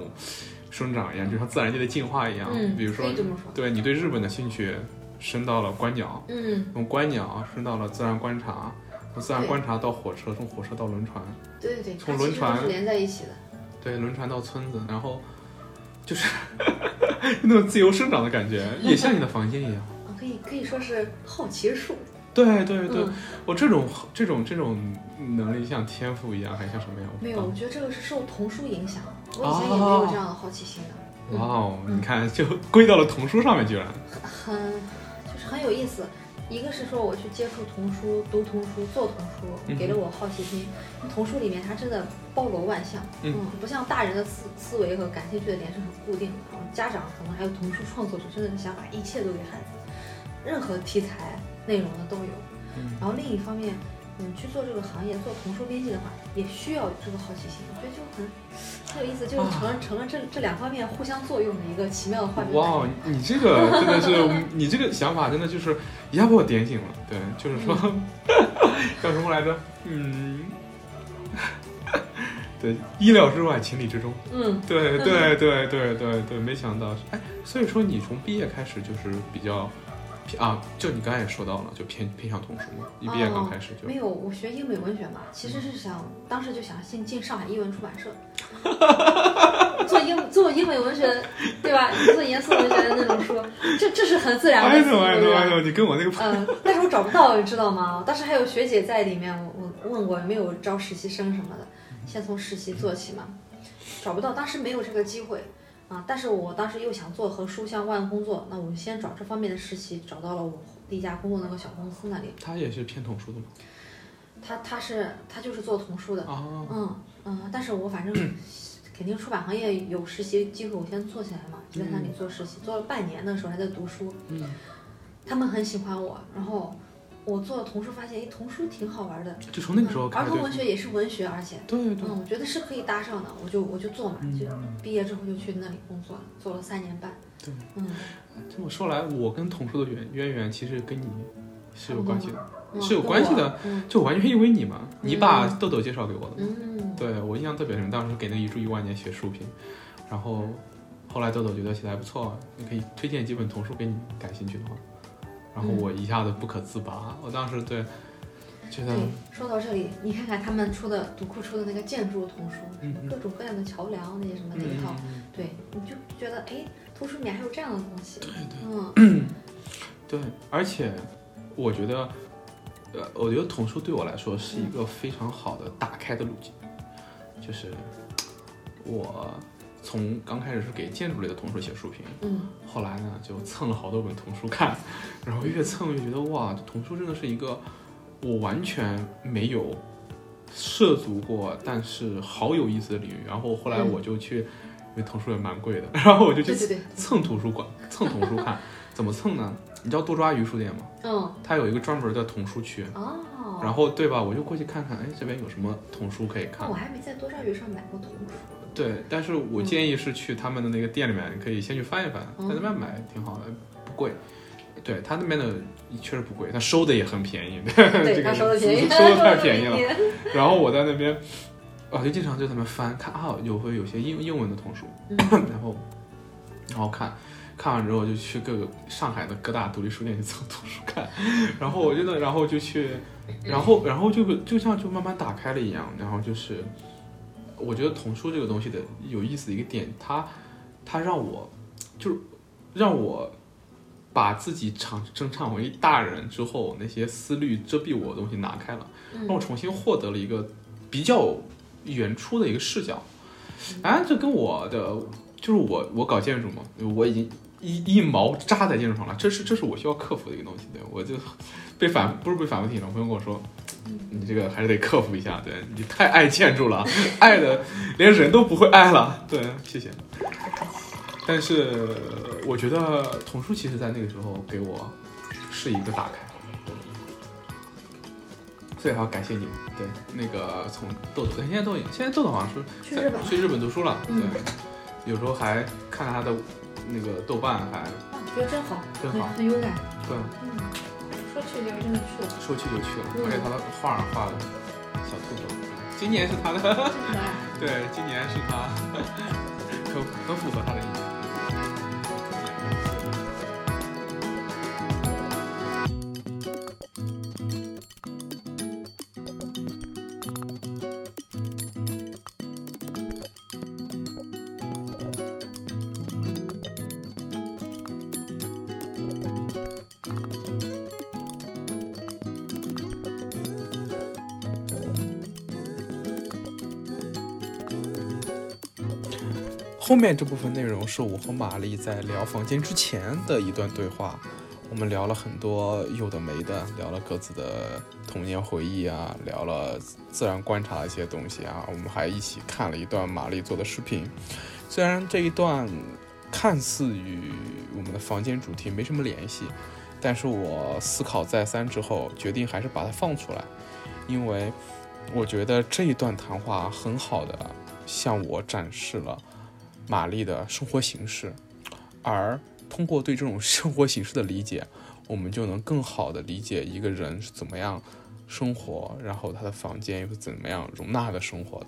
Speaker 1: 生长一样，就像自然界的进化一样。
Speaker 3: 嗯，
Speaker 1: 比如说
Speaker 3: 可以，这么说。
Speaker 1: 对你对日本的兴趣升到了观鸟，
Speaker 3: 嗯，
Speaker 1: 从观鸟升到了自然观察，从自然
Speaker 3: 对
Speaker 1: 观察到火车，从火车到轮船，
Speaker 3: 对对对，
Speaker 1: 从
Speaker 3: 它
Speaker 1: 轮
Speaker 3: 其实
Speaker 1: 船
Speaker 3: 都是连在一起的。
Speaker 1: 对，轮船到村子，然后就是 (laughs) 那种自由生长的感觉，也像你的房间一样。
Speaker 3: 啊可以可以说是好奇树。
Speaker 1: 对对对，
Speaker 3: 嗯，
Speaker 1: 我哦这种这种这种能力像天赋一样，还像什么样？我不
Speaker 3: 没
Speaker 1: 知
Speaker 3: 有，
Speaker 1: 道
Speaker 3: 我觉得这个是受童书影响，我以前也没有这样的好奇心的，嗯
Speaker 1: 哇哦，你看就归到了童书上面，居然。
Speaker 3: 很就是很有意思。一个是说我去接触童书、读童书、做童
Speaker 1: 嗯
Speaker 3: 书，给了我好奇心。童书里面它真的包罗万象，
Speaker 1: 嗯
Speaker 3: 嗯，不像大人的思思维和感兴趣的点是很固定的，然后家长可能还有童书创作者真的是想把
Speaker 1: 嗯
Speaker 3: 一切都给孩子，任何题材内容的都有。然后另一方面，你去做这个行业，做童书编辑的话，也需要有这个好奇心。我觉得就很很有意思，就是成了、成了这这两方面互相作用的一个奇妙的化学反
Speaker 1: 啊哇哦，
Speaker 3: 应。
Speaker 1: 你这个真的是， (laughs) 你这个想法真的就是一下把我点醒了。对，就是说、
Speaker 3: 嗯
Speaker 1: (laughs) 叫什么来着？嗯， (laughs) 对，意料之外，情理之中。
Speaker 3: 嗯，
Speaker 1: 对对对对对对，没想到。哎，所以说你从毕业开始就是比较偏啊，就你刚才也说到了，就偏偏向童书嘛。一毕业刚开始就、
Speaker 3: 哦没有，我学英美文学嘛，其实是想当时就想进进上海译文出版
Speaker 1: (laughs)
Speaker 3: 社，做英做英美文学，对吧？做严肃文学的那种书，这这是很自然的
Speaker 1: 哎
Speaker 3: 思路，
Speaker 1: 呦哎
Speaker 3: 对
Speaker 1: 呦
Speaker 3: 吧
Speaker 1: 哎呦，你跟我那个朋
Speaker 3: 嗯，但是我找不到，你知道吗？当时还有学姐在里面，我我问过有没有招实习生什么的，先从实习做起嘛，找不到，当时没有这个机会啊。但是我当时又想做和书相关的工作，那我就先找这方面的实习，找到了我第一家工作那个小公司那里，
Speaker 1: 他也是偏童书的嘛。
Speaker 3: 他他是他就是做童书的，
Speaker 1: 啊，
Speaker 3: 嗯嗯，但是我
Speaker 1: (clears throat)
Speaker 3: 反正肯定出版行业有实习机会，我先做起来嘛，就在那里做实习，做了半年的时候还在读书，
Speaker 1: 嗯，
Speaker 3: 他们很喜欢我，然后我做童书发现，哎，童书挺好玩的，
Speaker 1: 就从那个时候
Speaker 3: 嗯儿
Speaker 1: 开始
Speaker 3: 童文
Speaker 1: 对。
Speaker 3: 学也是文学，而且。
Speaker 1: 对嗯对
Speaker 3: 嗯，我觉得是可以搭上的，我就我就做嘛，嗯就毕业之后就去那里工作了，做了三年半。
Speaker 1: 对，
Speaker 3: 嗯，
Speaker 1: 这么说来，我跟童书的渊渊源其实跟你是有关系的，
Speaker 3: 嗯
Speaker 1: 是有
Speaker 3: 跟
Speaker 1: 关系
Speaker 3: 我
Speaker 1: 的。
Speaker 3: 嗯
Speaker 1: 就完全因为你嘛，你把
Speaker 3: 嗯
Speaker 1: 豆豆介绍给我的。
Speaker 3: 嗯，
Speaker 1: 对我印象特别深，当时给那一注一万年写书评，然后后来豆豆觉得写的还不错，你可以推荐几本童书给你感兴趣的话，然后
Speaker 3: 嗯
Speaker 1: 我一下子不可自拔，我当时对觉得
Speaker 3: 对，说到这里，你看看他们出的读库出的那个建筑童书，什么各种各样的桥梁那些什么那一套，
Speaker 1: 嗯
Speaker 3: 对，你就觉得哎，图书里面还有这样的东西，嗯，
Speaker 1: 对，而且我觉得，呃，我觉得童书对我来说是一个非常好的打开的路径，就是我从刚开始是给建筑类的童书写书评，
Speaker 3: 嗯，
Speaker 1: 后来呢，就蹭了好多本童书看，然后越蹭越觉得哇，童书真的是一个我完全没有涉足过，但是好有意思的领域。然后后来
Speaker 3: 嗯
Speaker 1: 我就去，因为童书也蛮贵的，然后我就去
Speaker 3: 对对对，
Speaker 1: 蹭图书馆、蹭童书看。 (laughs) 怎么蹭呢？你知道多抓鱼书店吗？
Speaker 3: 嗯，
Speaker 1: 它有一个专门的童书区，
Speaker 3: 哦，
Speaker 1: 然后对吧？我就过去看看，哎，这边有什么童书可以看
Speaker 3: 我？还没在多抓鱼上买过童书，
Speaker 1: (laughs) 对，但是我建议是去他们的那个店里面，你可以先去翻一翻，
Speaker 3: 哦
Speaker 1: 在那边买挺好的，不贵。对他那边的确实不贵，他收的也很便宜。 (laughs) 这
Speaker 3: 对，
Speaker 1: 个
Speaker 3: 他收的便宜，
Speaker 1: 收的太便宜
Speaker 3: 收得
Speaker 1: 了。然后我在那边，我就经常就在那边翻看啊，有会有些英英文的童书， (laughs) 然后然后看。看完之后就去各个上海的各大独立书店去蹭图书看，然后我真的，然后就去，然后然后就就像就慢慢打开了一样，然后就是我觉得童书这个东西的有意思的一个点，它它让我就是让我把自己长成长为大人之后那些思虑遮蔽我的东西拿开了，
Speaker 3: (laughs) 嗯
Speaker 1: 让我重新获得了一个比较原初的一个视角。哎，这跟我的就是我我搞建筑嘛，我已经一一毛扎在建筑上了，这是这是我需要克服的一个东西。对我就被反不是被反复体了，朋友跟我说。
Speaker 3: 嗯
Speaker 1: 你这个还是得克服一下，对你太爱建筑了， (laughs) 爱的连人都不会爱了。对，谢谢。但是呃我觉得童书其实在那个时候给我是一个打开，所以还要感谢你们。对，那个从豆豆，现在豆现在豆豆好像是
Speaker 3: 去
Speaker 1: 在
Speaker 3: 日本
Speaker 1: 去日本读书了，
Speaker 3: 嗯
Speaker 1: 对，有时候还看他的那个豆瓣还，
Speaker 3: 啊觉得真好，
Speaker 1: 真
Speaker 3: 很
Speaker 1: 好
Speaker 3: 很有感，
Speaker 1: 对，
Speaker 4: 说去就真的去了，
Speaker 1: 说去就去了，
Speaker 3: 嗯
Speaker 1: 而且他的画儿画的小兔子，今年是他的。(laughs)
Speaker 3: 真可爱。
Speaker 1: 对，今年是他，很很符合他的意思。后面这部分内容是我和玛丽在聊房间之前的一段对话，我们聊了很多有的没的，聊了各自的童年回忆啊，聊了自然观察的一些东西啊，我们还一起看了一段玛丽做的视频。虽然这一段看似与我们的房间主题没什么联系，但是我思考再三之后，决定还是把它放出来，因为我觉得这一段谈话很好的向我展示了玛丽的生活形式，而通过对这种生活形式的理解，我们就能更好的理解一个人是怎么样生活，然后他的房间又是怎么样容纳他的生活的。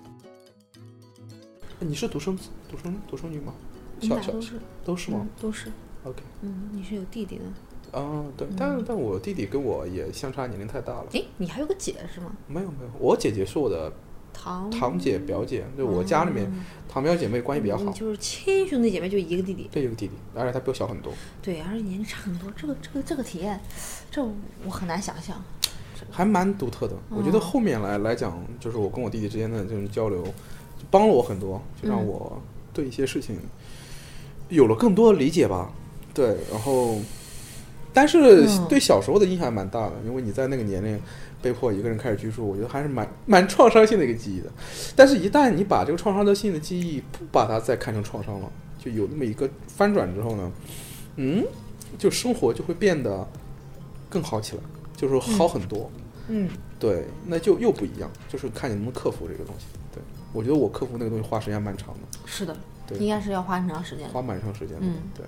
Speaker 1: 哎你是独生子独生独生女吗？
Speaker 3: 你
Speaker 1: 小
Speaker 3: 俩
Speaker 1: 小
Speaker 3: 都是，
Speaker 1: 都是吗
Speaker 3: 嗯，都是，
Speaker 1: ？OK，
Speaker 3: 嗯，你是有弟弟的。
Speaker 1: 啊，对，但但我弟弟跟我也相差年龄太大了。
Speaker 3: 嗯诶，你还有个姐是吗？
Speaker 1: 没有没有，我姐姐是我的
Speaker 3: 堂
Speaker 1: 堂姐表姐，对我家里面堂表姐妹关系比较
Speaker 3: 哦嗯你
Speaker 1: 好。
Speaker 3: 就是亲兄弟姐妹就一个弟弟，
Speaker 1: 对，有个弟弟，而且他比我小很多，
Speaker 3: 对，而且年龄差很多，这个这个这个体验，这我很难想象。
Speaker 1: 还蛮独特的。
Speaker 3: 嗯
Speaker 1: 我觉得后面来来讲，就是我跟我弟弟之间的这种交流，就帮了我很多，就让
Speaker 3: 嗯
Speaker 1: 我对一些事情有了更多的理解吧。对，然后，但是
Speaker 3: 嗯
Speaker 1: 对小时候的印象还蛮大的，因为你在那个年龄被迫一个人开始居住，我觉得还是蛮蛮创伤性的一个记忆的。但是，一旦你把这个创伤的性的记忆不把它再看成创伤了，就有那么一个翻转之后呢，嗯，就生活就会变得更好起来，就是好很多。
Speaker 3: 嗯，
Speaker 1: 对，那就又不一样，就是看你能不能克服这个东西。对，我觉得我克服那个东西花时间还蛮长的，
Speaker 3: 是的，
Speaker 1: 对
Speaker 3: 应该是要花很长时间的。
Speaker 1: 花蛮长时间的。
Speaker 3: 嗯
Speaker 1: 对，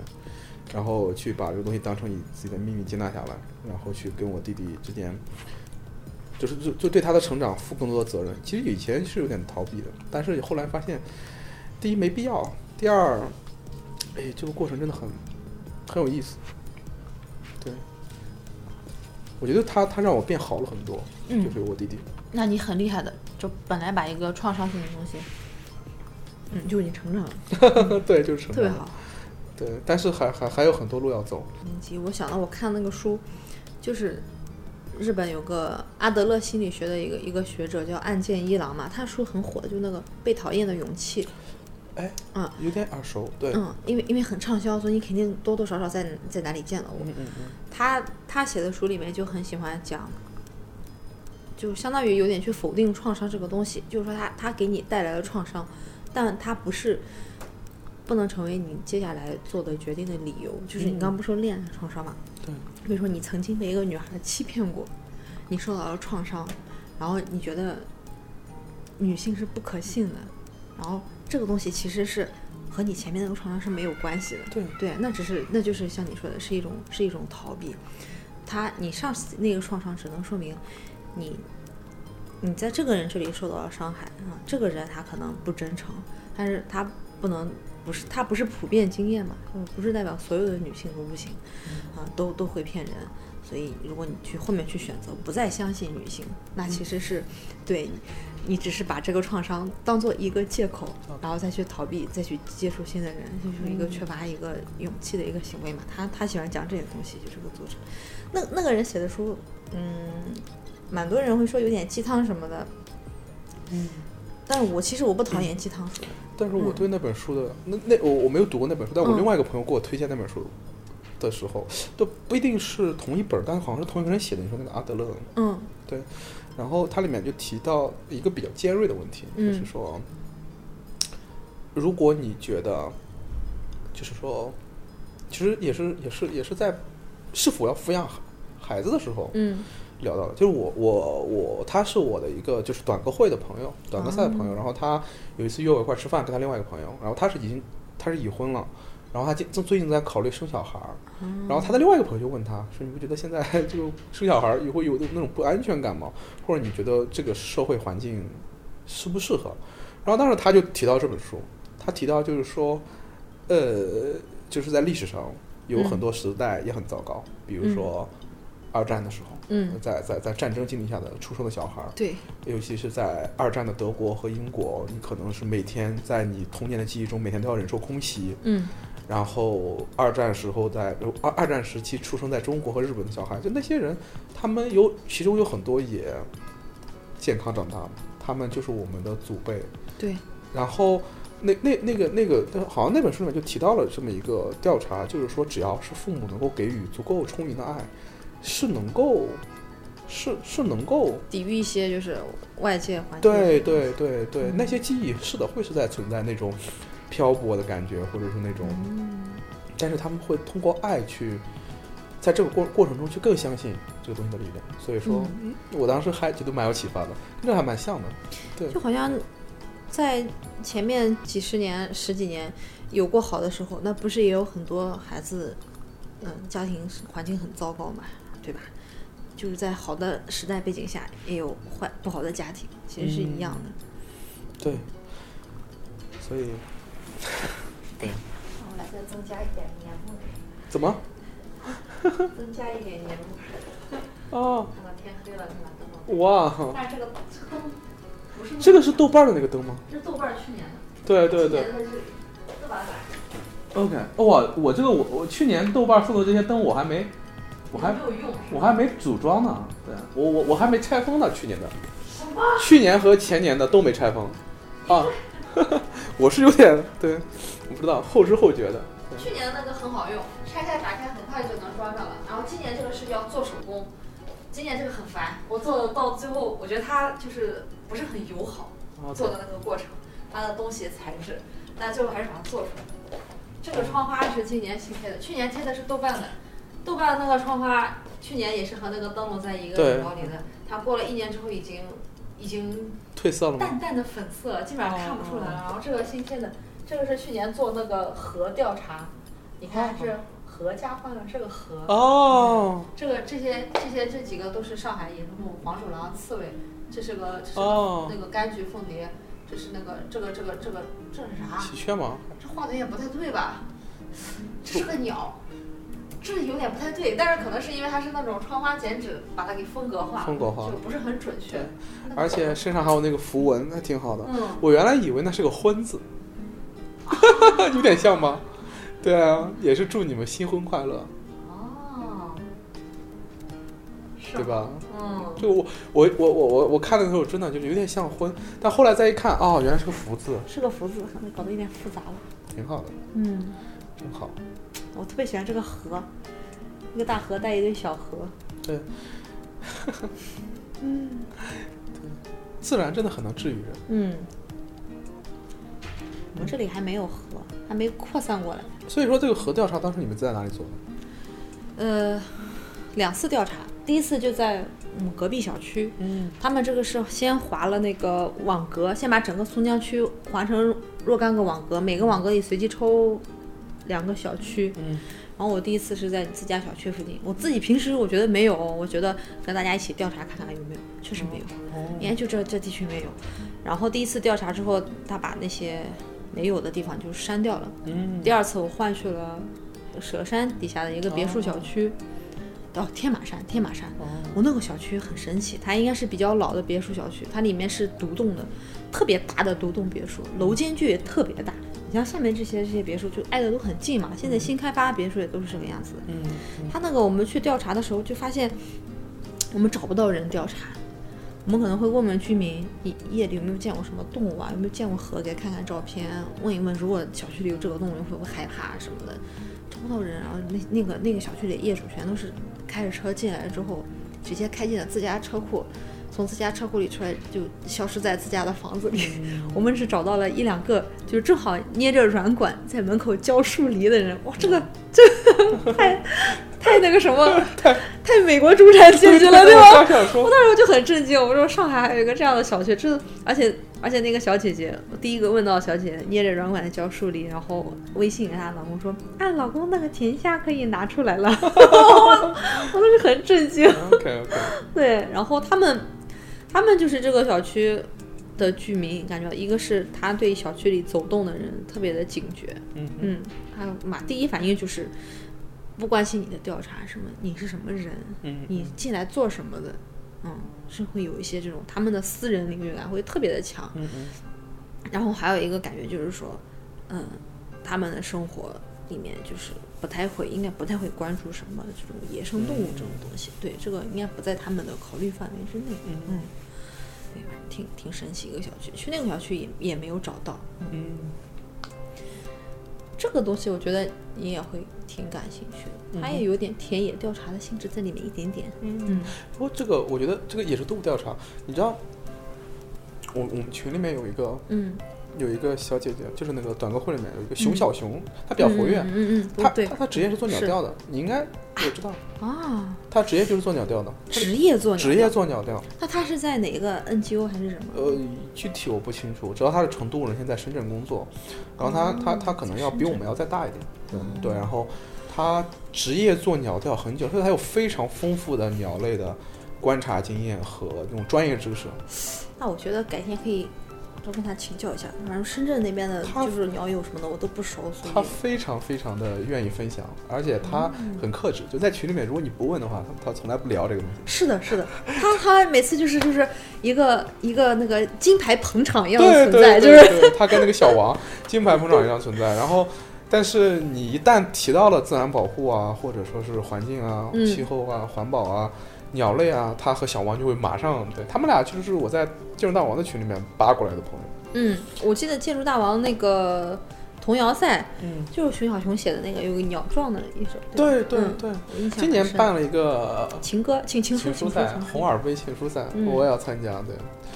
Speaker 1: 然后去把这个东西当成你自己的秘密接纳下来，然后去跟我弟弟之间，就是就就对他的成长负更多的责任。其实以前是有点逃避的，但是后来发现，第一没必要，第二，哎，这个过程真的很很有意思。对，我觉得他他让我变好了很多，
Speaker 3: 嗯
Speaker 1: 就是我弟弟。
Speaker 3: 那你很厉害的，就本来把一个创伤性的东西，嗯，就已经成长了，
Speaker 1: 对，就是成
Speaker 3: 特别
Speaker 1: 长
Speaker 3: 好。
Speaker 1: 对，但是还还还有很多路要走。
Speaker 3: 年纪，我想到我看那个书，就是日本有个阿德勒心理学的一个一个学者叫岸见一郎嘛，他书很火的，就那个《被讨厌的勇气》。
Speaker 1: 哎，
Speaker 3: 嗯，
Speaker 1: 有点耳熟。对，
Speaker 3: 嗯，因为因为很畅销，所以你肯定多多少少在在哪里见到过。
Speaker 1: 嗯嗯
Speaker 3: 他他写的书里面就很喜欢讲，就相当于有点去否定创伤这个东西，就是说他他给你带来了创伤，但他不是不能成为你接下来做的决定的理由。就是你刚刚不说恋爱创伤嘛？
Speaker 1: 对。
Speaker 3: 比如说你曾经被一个女孩欺骗过，你受到了创伤，然后你觉得女性是不可信的，然后这个东西其实是和你前面那个创伤是没有关系的。
Speaker 1: 对
Speaker 3: 对，那只是那就是像你说的，是一种是一种逃避。他你上次那个创伤只能说明你你在这个人这里受到了伤害啊，这个人他可能不真诚，但是他不能不是他不是普遍经验嘛，嗯不是代表所有的女性都不行啊，都都会骗人。所以，如果你去后面去选择不再相信女性，那其实是对你你只是把这个创伤当做一个借口，
Speaker 1: 哦
Speaker 3: 然后再去逃避，再去接触新的人，就是一个缺乏一个勇气的一个行为嘛。他他喜欢讲这些东西，就这个作者。那那个人写的书，嗯，蛮多人会说有点鸡汤什么的，
Speaker 1: 嗯。
Speaker 3: 但我其实我不讨厌鸡汤书，
Speaker 1: 但是我对那本书的、那那我我没有读过那本书，但我
Speaker 3: 嗯
Speaker 1: 另外一个朋友给我推荐那本书的时候，都不一定是同一本，但是好像是同一个人写的。你说那个阿德勒，
Speaker 3: 嗯
Speaker 1: 然后它里面就提到一个比较尖锐的问题，
Speaker 3: 嗯
Speaker 1: 就是说，如果你觉得，就是说，其实也是也是也是在是否要抚养孩子的时候，
Speaker 3: 嗯
Speaker 1: 聊到了，就是我我我，他是我的一个就是短歌会的朋友，短歌赛的朋友。然后他有一次约我一块儿吃饭，跟他另外一个朋友。然后他是已经他是已婚了，然后他最最近在考虑生小孩儿。然后他的另外一个朋友就问他说：“你不觉得现在 (laughs) 这个生小孩儿也会有那种不安全感吗？或者你觉得这个社会环境适不适合？”然后当时他就提到这本书，他提到就是说，呃，就是在历史上有很多时代也很糟糕，比如说二战的时候。
Speaker 3: 嗯，
Speaker 1: 在在在战争经历下的出生的小孩儿，
Speaker 3: 对，
Speaker 1: 尤其是在二战的德国和英国，你可能是每天在你童年的记忆中，每天都要忍受空袭。
Speaker 3: 嗯
Speaker 1: 然后二战时候在二二战时期出生在中国和日本的小孩，就那些人，他们有其中有很多也健康长大嘛，他们就是我们的祖辈。
Speaker 3: 对，
Speaker 1: 然后那那那个那个，好像那本书里面就提到了这么一个调查，就是说只要是父母能够给予足够充盈的爱，是能够是是能够
Speaker 3: 抵御一些就是外界环境，
Speaker 1: 对对对对，那些记忆是的，会是在存在那种
Speaker 3: 嗯
Speaker 1: 漂泊的感觉，或者是那种，但是他们会通过爱去在这个过过程中去更相信这个东西的力量。所以
Speaker 3: 嗯
Speaker 1: 说，我当时还觉得蛮有启发的，跟这还蛮像的。对
Speaker 3: 就好像在前面几十年、十几年有过好的时候，那不是也有很多孩子，嗯，家庭环境很糟糕嘛，对吧？就是在好的时代背景下，也有坏不好的家庭，其实是一样的。
Speaker 1: 对，所以
Speaker 2: 我来再增加一点年味儿，
Speaker 1: 怎么？
Speaker 2: 增加一点年味儿。
Speaker 1: 哦，
Speaker 2: 看到天黑了，看把灯了。
Speaker 1: 哇，
Speaker 2: 但是这个这个灯不是
Speaker 1: 哦这个是豆瓣的那个灯吗？
Speaker 2: 这是豆瓣儿去年的，
Speaker 1: 对对
Speaker 2: 今
Speaker 1: 对
Speaker 2: 年它是四百版，
Speaker 1: ，OK。哇，我这个我我去年豆瓣送的这些灯我还没，我还
Speaker 2: 没有用。是吧
Speaker 1: 我还没组装呢，对我我我还没拆封呢，去年的，去年和前年的都没拆封，啊， (laughs) 我是有点对，我不知道后知后觉的，
Speaker 2: 去年的那个很好用，拆开打开很快就能装上了。然后今年这个是要做手工，今年这个很烦，我做的到最后，我觉得它就是不是很友好
Speaker 1: 啊
Speaker 2: 做的那个过程，它的东西材质，但最后还是把它做出来。这个窗花是今年新贴的，去年贴的是豆瓣的，豆瓣的那个窗花去年也是和那个灯笼在一个
Speaker 1: 对
Speaker 2: 笼里的，它过了一年之后已经已经
Speaker 1: 褪色了吗？哦
Speaker 2: 淡淡的粉色，基本上看不出来了。然后这个新贴的，这个是去年做那个核调查，你看是核家换了这个核，
Speaker 1: 哦
Speaker 2: 这个这些这些这几个都是上海野生动物，黄鼠狼、刺猬，这是个这是个、
Speaker 1: 哦
Speaker 2: 那，个柑橘凤蝶，这是那个这个这个这个这是啥？
Speaker 1: 喜鹊吗？
Speaker 2: 这画的也不太对吧？这是个鸟。这有点不太对，但是可能是因为它是那种窗花剪纸把它给风格化，
Speaker 1: 风格化
Speaker 2: 就不是很准确
Speaker 1: 对。而且身上还有那个符文，那挺好的。
Speaker 2: 嗯，
Speaker 1: 我原来以为那是个“婚”字， (laughs) 有点像吗？对啊，也是祝你们新婚快乐，
Speaker 2: 哦，是
Speaker 1: 对？吧？
Speaker 2: 嗯，
Speaker 1: 就我我我我我我看的时候真的就是有点像婚，但后来再一看，哦，原来是个福字，
Speaker 3: 是个福字，可能搞得有点复杂了。
Speaker 1: 挺好的，
Speaker 3: 嗯，
Speaker 1: 真好。
Speaker 3: 我特别喜欢这个盒，一个大盒带一堆小盒。
Speaker 1: 嗯 (laughs) 自然真的很能治愈人。
Speaker 3: 嗯，我们这里还没有盒，还没扩散过来。
Speaker 1: 所以说，这个核调查当时你们在哪里做的？
Speaker 3: 呃，两次调查，第一次就在我们隔壁小区，
Speaker 1: 嗯，
Speaker 3: 他们这个是先划了那个网格，先把整个松江区划成若干个网格，每个网格里随机抽两个小区。
Speaker 1: 嗯，
Speaker 3: 然后我第一次是在自家小区附近，我自己平时我觉得没有，我觉得跟大家一起调查看看有没有，确实没有，应该就这这地区没有。然后第一次调查之后，他把那些没有的地方就删掉了。
Speaker 1: 嗯，
Speaker 3: 第二次我换去了佘山底下的一个别墅小区，哦，天马山，天马山。我那个小区很神奇，它应该是比较老的别墅小区，它里面是独栋的，特别大的独栋别墅，楼间距也特别大。你像下面这些这些别墅就挨得都很近嘛，现在新开发别墅也都是这个样子的。
Speaker 1: 嗯， (laughs)
Speaker 3: 他那个我们去调查的时候就发现，我们找不到人调查，我们可能会问问居民，夜夜里有没有见过什么动物啊，有没有见过河，给他看看照片，问一问如果小区里有这个动物会不会害怕什么的，找不到人，然后啊那那个那个小区里业主全都是开着车进来之后，直接开进了自家车库。从自家车库里出来，就消失在自家的房子里。 (laughs) 我们只找到了一两个，就是正好捏着软管在门口浇树篱的人。哇，这个太那个什么， (laughs) 太太美国中产阶级了，对吧？
Speaker 1: 我想说
Speaker 3: 我，那时候就很震惊，我说上海还有一个这样的小区，这而且而且那个小姐姐，我第一个问到小姐姐捏着软管的教树篱，然后微信给她老公说，啊，老公那个甜虾可以拿出来了， (laughs) 我当时很震惊。
Speaker 1: OK OK，
Speaker 3: 对，然后他们他们就是这个小区的居民，感觉一个是他对小区里走动的人特别的警觉，
Speaker 1: 嗯
Speaker 3: 嗯，还有嘛，第一反应就是不关心你的调查什么，你是什么人，
Speaker 1: 嗯
Speaker 3: 你进来做什么的，嗯，是会有一些这种他们的私人领域感会特别的强。
Speaker 1: 嗯
Speaker 3: 然后还有一个感觉就是说，嗯，他们的生活里面就是不太会，应该不太会关注什么这种野生动物这种东西。对，这个应该不在他们的考虑范围之内。嗯嗯，对，挺挺神奇一个小区，去那个小区也也没有找到。
Speaker 1: 嗯
Speaker 3: 这个东西我觉得你也会挺感兴趣的，它也有点田野调查的性质在里面一点点。
Speaker 1: 嗯。不过这个，我觉得这个也是动物调查。你知道，我我们群里面有一个
Speaker 3: 嗯
Speaker 1: 有一个小姐姐，就是那个短歌会里面有一个熊小熊，她比较活跃
Speaker 3: 嗯，嗯嗯嗯，
Speaker 1: 她
Speaker 3: 对
Speaker 1: 她她职业哦是做鸟调的，你应该也知道，
Speaker 3: 啊，
Speaker 1: 她职业就是做鸟调的，
Speaker 3: 职业做鸟
Speaker 1: 职业做鸟调。
Speaker 3: 那他是在哪个 NGO 还是什么？
Speaker 1: 呃，具体我不清楚，我知道她是成都人，现在在深圳工作，然后她她她可能要比我们要再大一点，对对，然后她职业做鸟调很久，所以她有非常丰富的鸟类的观察经验和那种专业知识。
Speaker 3: 那我觉得改天可以多跟他请教一下。反正深圳那边的
Speaker 1: 他
Speaker 3: 就是鸟友什么的，我都不熟，所
Speaker 1: 他
Speaker 3: 以
Speaker 1: 非常非常的愿意分享，而且他很克
Speaker 3: 嗯
Speaker 1: 制。就在群里面，如果你不问的话，他他从来不聊这个东西。
Speaker 3: 是的，是的，他他每次就是就是一个一个那个金牌捧场一样的
Speaker 1: 对
Speaker 3: 存在，
Speaker 1: 对
Speaker 3: 就是
Speaker 1: 对，对他跟那个小王金牌碰撞一样存在。然后，但是你一旦提到了自然保护啊，或者说是环境啊、
Speaker 3: 嗯
Speaker 1: 气候啊、环保啊、鸟类啊，他和小王就会马上对他们俩就是我在进入大王的群里面扒过来的朋友。
Speaker 3: 嗯，我记得建筑大王那个童谣赛，
Speaker 1: 嗯，
Speaker 3: 就是熊小熊写的那个有个鸟壮的一首，吧
Speaker 1: 对对
Speaker 3: 嗯
Speaker 1: 对，
Speaker 3: 我印象
Speaker 1: 今年
Speaker 3: 很深
Speaker 1: 办了一个
Speaker 3: 情歌情情书
Speaker 1: 情书
Speaker 3: 情书
Speaker 1: 赛
Speaker 3: 情，
Speaker 1: 红耳杯情书赛，
Speaker 3: 嗯
Speaker 1: 我也要参加。对，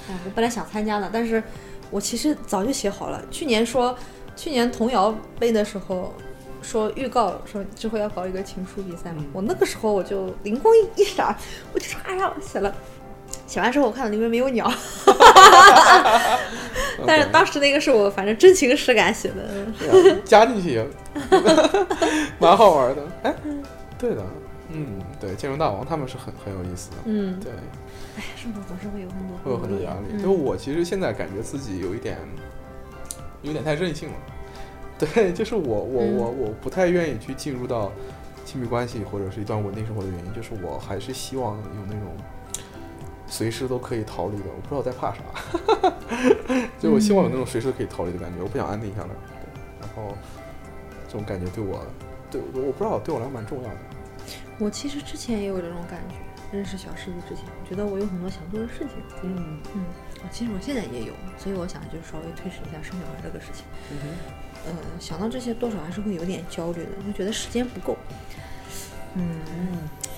Speaker 3: 哎，我本来想参加的，但是我其实早就写好了。去年说，去年童谣杯的时候说预告说之后要搞一个情书比赛
Speaker 1: 嗯
Speaker 3: 嘛，我那个时候我就灵光一闪，我就唰唰我写了。写完之后，我看到里面没有鸟，但是
Speaker 1: OK
Speaker 3: 当时那个是我反正真情实感写的。
Speaker 1: 对啊加进去也蛮好玩的。哎，对的，嗯，对，建筑大王他们是很很有意思的。
Speaker 3: 嗯，
Speaker 1: 对，
Speaker 3: 哎，生活总是会有很多
Speaker 1: 会有很多压力。因为
Speaker 3: 嗯
Speaker 1: 我其实现在感觉自己有一点，有点太任性了。 (laughs) 对，就是我我
Speaker 3: 嗯
Speaker 1: 我我不太愿意去进入到亲密关系或者是一段稳定生活的原因，就是我还是希望有那种随时都可以逃离的。我不知道我在怕啥， (laughs) 就我希望有那种随时可以逃离的感觉，我不想安定下来。对，然后这种感觉对我，对我我不知道对我来说蛮重要的。
Speaker 3: 我其实之前也有这种感觉，认识小狮子之前，我觉得我有很多想做的事情。
Speaker 1: 嗯
Speaker 3: 嗯，我其实我现在也有，所以我想就是稍微推迟一下生小孩这个事情。
Speaker 1: 嗯哼
Speaker 3: 呃，想到这些，多少还是会有点焦虑的，会觉得时间不够。嗯，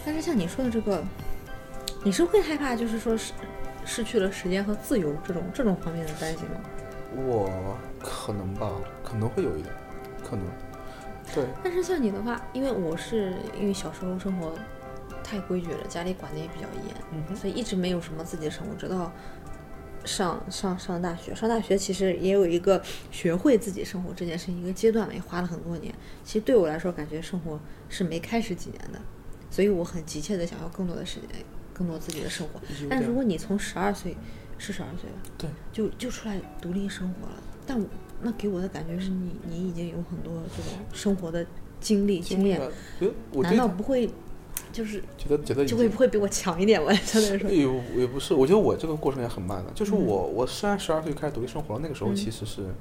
Speaker 3: 但是像你说的这个，你是会害怕，就是说失失去了时间和自由这种这种方面的担心吗？
Speaker 1: 我可能吧，可能会有一点，可能。对，
Speaker 3: 但是像你的话，因为我是因为小时候生活太规矩了，家里管得也比较严，
Speaker 1: 嗯哼
Speaker 3: 所以一直没有什么自己的生活，直到上上上大学。上大学其实也有一个学会自己生活这件事情一个阶段嘛，也花了很多年。其实对我来说，感觉生活是没开始几年的，所以我很急切的想要更多的时间，更多自己的生活。
Speaker 1: 有
Speaker 3: 但
Speaker 1: 点
Speaker 3: 如果你从十二岁，是十二岁吧，
Speaker 1: 对，
Speaker 3: 就就出来独立生活了，但我那给我的感觉是你你已经有很多这种生活的经历经验，
Speaker 1: 了，觉得我
Speaker 3: 难
Speaker 1: 对
Speaker 3: 道
Speaker 1: 他
Speaker 3: 不会就是
Speaker 1: 觉得觉得已
Speaker 3: 就会
Speaker 1: 经
Speaker 3: 不会比我强一点吗？相对来说，
Speaker 1: 也不也不是，我觉得我这个过程也很慢的，就是我我虽然十二岁开始独立生活了，那个时候
Speaker 3: 嗯
Speaker 1: 其实是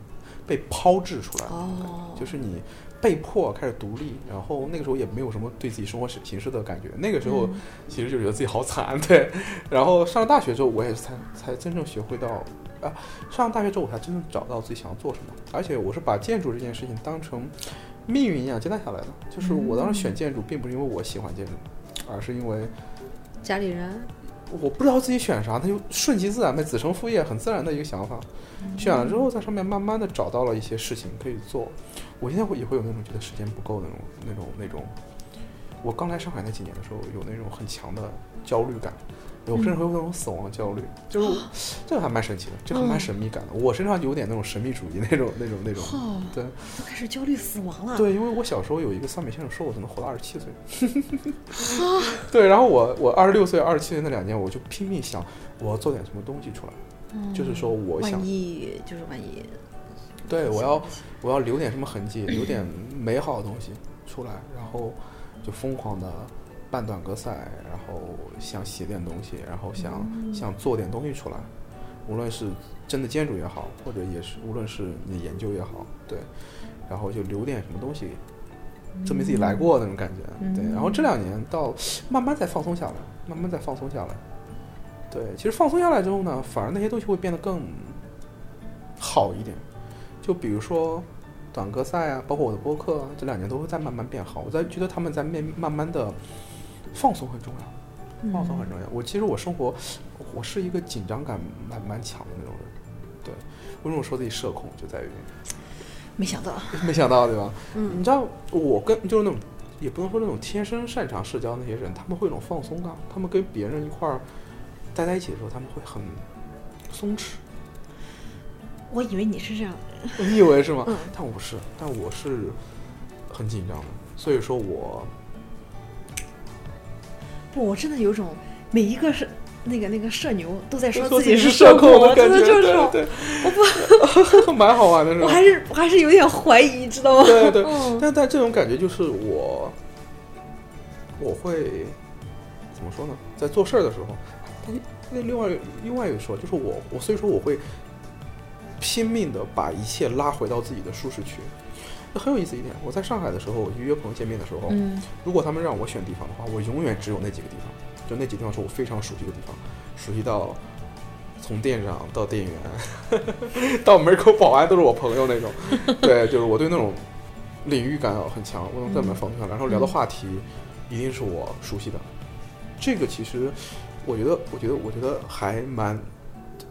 Speaker 1: 被抛掷出来的，
Speaker 3: 哦
Speaker 1: 就是你被迫开始独立，然后那个时候也没有什么对自己生活形形式的感觉，那个时候
Speaker 3: 嗯
Speaker 1: 其实就觉得自己好惨， (laughs) 对。然后上了大学之后，我也是才才真正学会到啊，上了大学之后我才真正找到自己想要做什么，而且我是把建筑这件事情当成命运一样接纳下来的，就是我当时选建筑并不是因为我喜欢建筑，而是因为。
Speaker 3: 家里人
Speaker 1: 我不知道自己选啥，那就顺其自然呗，子承父业，很自然的一个想法。选了之后，在上面慢慢的找到了一些事情可以做。我现在会也会有那种觉得时间不够的那种那种那种。我刚来上海那几年的时候，有那种很强的焦虑感，有甚至会有那种死亡焦虑，就是我这个还蛮神奇的，这个还蛮神秘感的。我身上有点那种神秘主义那种那种那种。
Speaker 3: 哦，
Speaker 1: 对
Speaker 3: 都开始焦虑死亡了，
Speaker 1: 对，因为我小时候有一个算命先生说我只能活到二十七岁，
Speaker 3: 啊
Speaker 1: (laughs) 对，然后我我二十六岁、二十七岁那两年，我就拼命想我要做点什么东西出来，
Speaker 3: 嗯
Speaker 1: 就是说我想
Speaker 3: 万一就是万一，
Speaker 1: 对我要我要留点什么痕迹，留点美好的东西出来，然后就疯狂的办短歌赛，然后想写点东西，然后想、想做点东西出来，无论是真的建筑也好，或者也是无论是你研究也好，对，然后就留点什么东西。证明自己来过那种感觉，对。然后这两年到慢慢再放松下来，慢慢再放松下来，对。其实放松下来之后呢，反而那些东西会变得更好一点。就比如说短歌赛啊，包括我的播客啊，这两年都会在慢慢变好。我在觉得他们在面慢慢的放松很重要，
Speaker 3: 嗯
Speaker 1: 放松很重要。我其实我生活，我是一个紧张感蛮蛮强的那种人，对为什么说自己社恐，就在于
Speaker 3: 没想到，
Speaker 1: 没想到对吧？
Speaker 3: 嗯
Speaker 1: 嗯你知道我跟就是那种，也不能说那种天生擅长社交那些人，他们会有种放松感，他们跟别人一块儿待在一起的时候，他们会很松弛。
Speaker 3: 我以为你是这样的人，
Speaker 1: 你以为是吗？
Speaker 3: 嗯
Speaker 1: 但我不是，但我是很紧张的，所以说
Speaker 3: (laughs)
Speaker 1: 我
Speaker 3: 不，我真的有种每一个是那个那个社牛都在说
Speaker 1: 说
Speaker 3: 自己
Speaker 1: 是
Speaker 3: 社
Speaker 1: 恐
Speaker 3: 我真
Speaker 1: 感
Speaker 3: 的
Speaker 1: 觉，
Speaker 3: 就
Speaker 1: 对
Speaker 3: 是，
Speaker 1: 对，我不， (laughs) 蛮好玩的是
Speaker 3: 我
Speaker 1: 吧？
Speaker 3: 还是我还是有点怀疑，知道吗？
Speaker 1: 对对，
Speaker 3: 嗯
Speaker 1: 但但这种感觉就是我，我会怎么说呢？在做事儿的时候，哎但那另外另外一说，就是我我所以说我会拼命的把一切拉回到自己的舒适区。那很有意思一点，我在上海的时候，我约朋友见面的时候，
Speaker 3: (laughs) 嗯
Speaker 1: 如果他们让我选地方的话，我永远只有那几个地方，就那几个地方是我非常熟悉的地方，熟悉到从店长到店员 (laughs) 到门口保安都是我朋友那种。对，就是我对那种领域感很强，我能在
Speaker 3: 嗯
Speaker 1: 买房地产，然后聊的话题一定是我熟悉的。这个其实我觉得，我觉得，我觉得还蛮，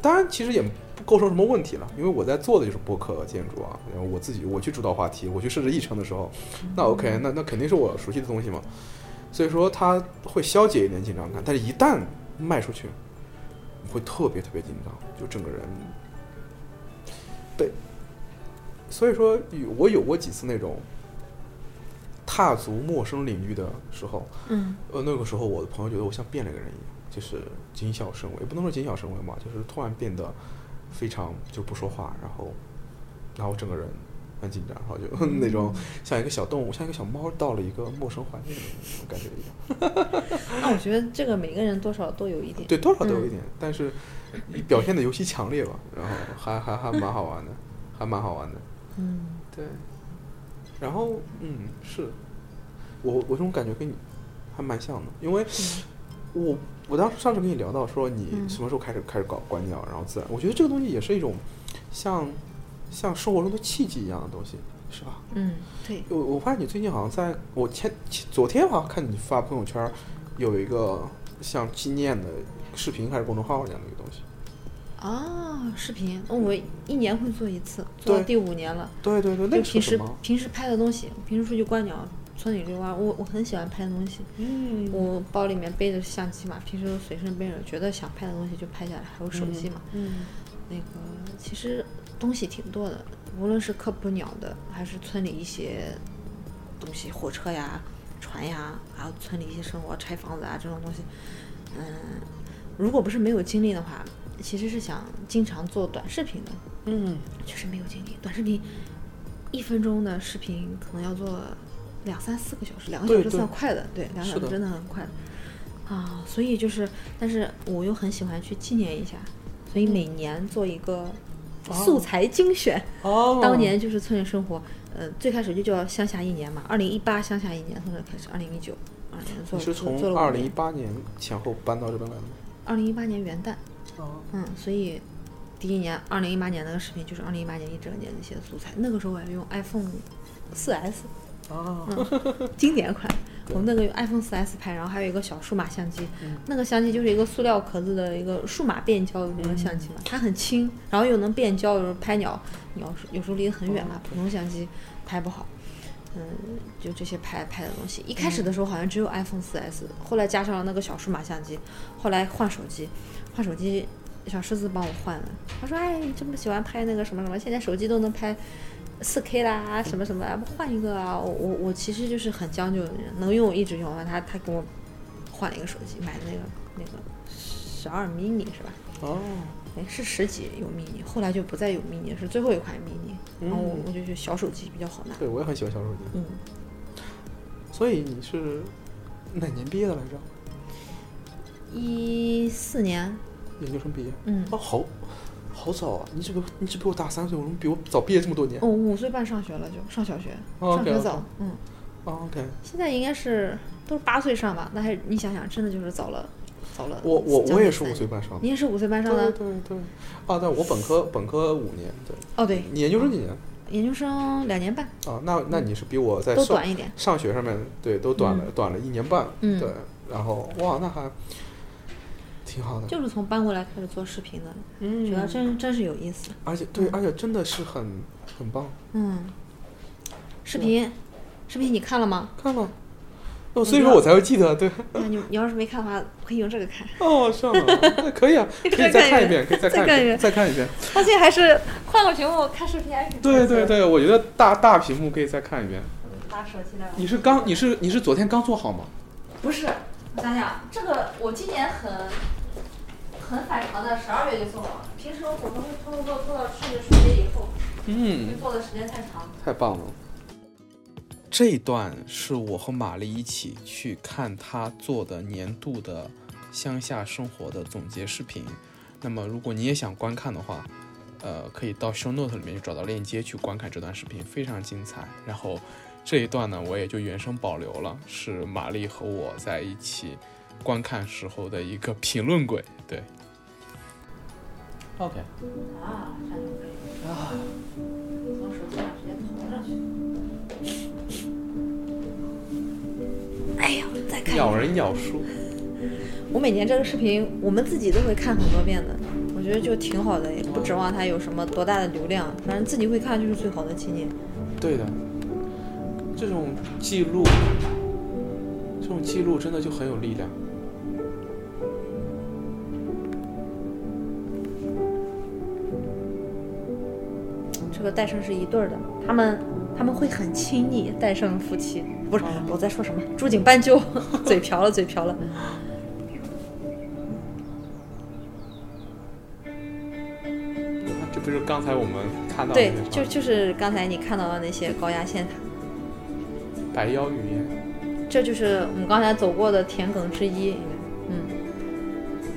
Speaker 1: 当然其实也。不构成什么问题了，因为我在做的就是播客建筑啊，然后我自己我去主导话题，我去设置议程的时候，那 OK，那那肯定是我熟悉的东西嘛，所以说它会消解一点紧张感，但是一旦迈出去，会特别特别紧张，就整个人被。所以说，有我有过几次那种踏足陌生领域的时候，
Speaker 3: 嗯
Speaker 1: 呃，那个时候我的朋友觉得我像变了个人一样，就是谨小慎微，也不能说谨小慎微嘛，就是突然变得非常就不说话，然后，然后整个人很紧张，然后就那种像一个小动物，像一个小猫到了一个陌生环境的那种感觉一样。
Speaker 3: 那我觉得这个每个人多少都有一点。
Speaker 1: 对，多少都有一点，但是表现的尤其强烈吧，然后还还还蛮好玩的，还蛮好玩的。
Speaker 3: 嗯，
Speaker 1: 对，然后嗯，是我我这种感觉跟你还蛮像的，因为我我当时上次跟你聊到说你什么时候开始、开始搞观鸟，然后自然，我觉得这个东西也是一种像像生活中的契机一样的东西，是吧？
Speaker 3: 嗯，对，
Speaker 1: 我我发现你最近好像在我前前昨天好像看你发朋友圈儿有一个像纪念的视频还是公众号一样的一个东西，
Speaker 3: 啊，视频，我一年会做一次，做到
Speaker 1: 对
Speaker 3: 第五年了。
Speaker 1: 对对对，那
Speaker 3: 就
Speaker 1: 个是
Speaker 3: 平
Speaker 1: 什
Speaker 3: 时
Speaker 1: 么？
Speaker 3: 平时拍的东西，平时出去观鸟、村里遛弯，我我很喜欢拍东西。
Speaker 1: 嗯
Speaker 3: 我包里面背着相机嘛，平时都随身背着，觉得想拍的东西就拍下来，还有手机嘛。
Speaker 1: 嗯
Speaker 3: 那个其实东西挺多的，无论是科普鸟的，还是村里一些东西，火车呀、船呀，还有村里一些生活、拆房子啊这种东西。嗯，如果不是没有精力的话，其实是想经常做短视频的，
Speaker 1: 嗯，
Speaker 3: 确实没有精力。短视频一分钟的视频可能要做两三四个小时，两个
Speaker 1: 对
Speaker 3: 小时
Speaker 1: 对
Speaker 3: 算快的，对，两个
Speaker 1: 是
Speaker 3: 小时
Speaker 1: 的
Speaker 3: 真的很快啊。所以就是，但是我又很喜欢去纪念一下，所以每年做一个素材精选。
Speaker 1: 哦，
Speaker 3: 当年就是村里生活，呃，最开始就叫乡下一年嘛，二零一八乡下一年从这开始，二零一九。二零做
Speaker 1: 你是
Speaker 3: 了做
Speaker 1: 从
Speaker 3: 了
Speaker 1: 二零一八年前后搬到这边来的吗？
Speaker 3: 二零一八年元旦，嗯，所以第一年二零一八年那个视频就是二零一八年一整年的一些素材。那个时候我还用 iPhone 四 S，
Speaker 1: 哦，
Speaker 3: 经典款。
Speaker 1: 对
Speaker 3: 我们那个用 iPhone 4 S 拍，然后还有一个小数码相机，那个相机就是一个塑料壳子的一个数码变焦的那个相机嘛，它很轻，然后又能变焦，有时候拍鸟，鸟是有时候离得很远嘛，普通相机拍不好。嗯，就这些拍拍的东西。一开始的时候好像只有 iPhone 4 S，、后来加上了那个小数码相机，后来换手机，换手机，小狮子帮我换了。他说：“哎，你这么喜欢拍那个什么什么，现在手机都能拍四 K 啦，什么什么，要不换一个啊？我我我其实就是很将就的人，能用我一直用完。他他给我换了一个手机，买的那个那个十二 mini 是吧？
Speaker 1: 哦，
Speaker 3: 哎，是十几有 mini，后来就不再有 mini，是最后一款 mini。然后我
Speaker 1: 嗯
Speaker 3: 我就觉得小手机比较好拿。
Speaker 1: 对，我也很喜欢小手机。
Speaker 3: 嗯，
Speaker 1: 所以你是哪年毕业的来着？
Speaker 3: 一四年，
Speaker 1: 研究生毕业？
Speaker 3: 嗯，
Speaker 1: 哦，好，好早啊！你只比我你只比我大三岁，我怎么比我早毕业这么多年
Speaker 3: 我、哦五岁半上学了就，上小学，
Speaker 1: 哦
Speaker 3: 上学
Speaker 1: OK，OK
Speaker 3: 早，嗯。
Speaker 1: 哦？OK，
Speaker 3: 现在应该是都是八岁上吧？那还你想想，真的就是早了，早了。
Speaker 1: 我我我也是五岁
Speaker 3: 半，
Speaker 1: 半上的
Speaker 3: 你。也是五岁半上
Speaker 1: 对
Speaker 3: 的
Speaker 1: 对对，啊，但我本科本科五年，对，
Speaker 3: 哦，对，
Speaker 1: 你研究生几年
Speaker 3: 研究生两年半
Speaker 1: 啊？那那你是比我在
Speaker 3: 都
Speaker 1: 上
Speaker 3: 短一点。
Speaker 1: 上学上面对都短了短了一年半，
Speaker 3: 嗯
Speaker 1: 对，然后哇，那还挺好的。
Speaker 3: 就是从搬过来开始做视频的，
Speaker 6: 嗯
Speaker 3: 觉得嗯真真是有意思。
Speaker 1: 而且对，而且真的是很很棒。
Speaker 3: 嗯，视频，视频你看了吗？
Speaker 1: 看了，哦，所以说我才会记得，对。
Speaker 3: 那你你要是没看的话，可以用这个看。
Speaker 1: 哦，是吗？那可以啊， (laughs) 可以再看一
Speaker 3: (laughs)
Speaker 1: 遍，可以再看一遍，再看一 (laughs) 遍。
Speaker 3: 发现还是换个屏幕看视频还是
Speaker 1: 对对对，我觉得大大屏幕可以再看一遍。
Speaker 3: 拿手机来玩。
Speaker 1: 你是刚，你是你是昨天刚做好吗？
Speaker 3: 不是，我想想，这个我今年很很反常的，十二月就做了。平时我总是会拖拖拖拖到春节春节以后，因为
Speaker 1: 嗯，
Speaker 3: 做的时间太长。
Speaker 1: 太棒了。这一段是我和玛丽一起去看她做的年度的乡下生活的总结视频。那么，如果你也想观看的话，呃，可以到 show note 里面去找到链接去观看这段视频，非常精彩。然后这一段呢，我也就原声保留了，是玛丽和我在一起观看时候的一个评论轨。对，OK，
Speaker 3: 啊，这样就可以。啊。从手机上直接投上去。哎呀，再看一遍。
Speaker 1: 咬人咬书，
Speaker 3: 我每年这个视频，我们自己都会看很多遍的，我觉得就挺好的，也不指望它有什么多大的流量，反正自己会看就是最好的纪念。
Speaker 1: 对的，这种记录，这种记录真的就很有力量。
Speaker 3: 这个戴胜是一对儿的，他们他们会很亲昵，戴胜夫妻不是、我在说什么，朱颈斑鸠， (laughs) 嘴瓢了，嘴瓢了。
Speaker 1: 这不是刚才我们看到的
Speaker 3: 对
Speaker 1: 那，
Speaker 3: 就
Speaker 1: 场
Speaker 3: 就是刚才你看到的那些高压线塔，
Speaker 1: 白腰雨燕，
Speaker 3: 这就是我们刚才走过的田埂之一，应该嗯。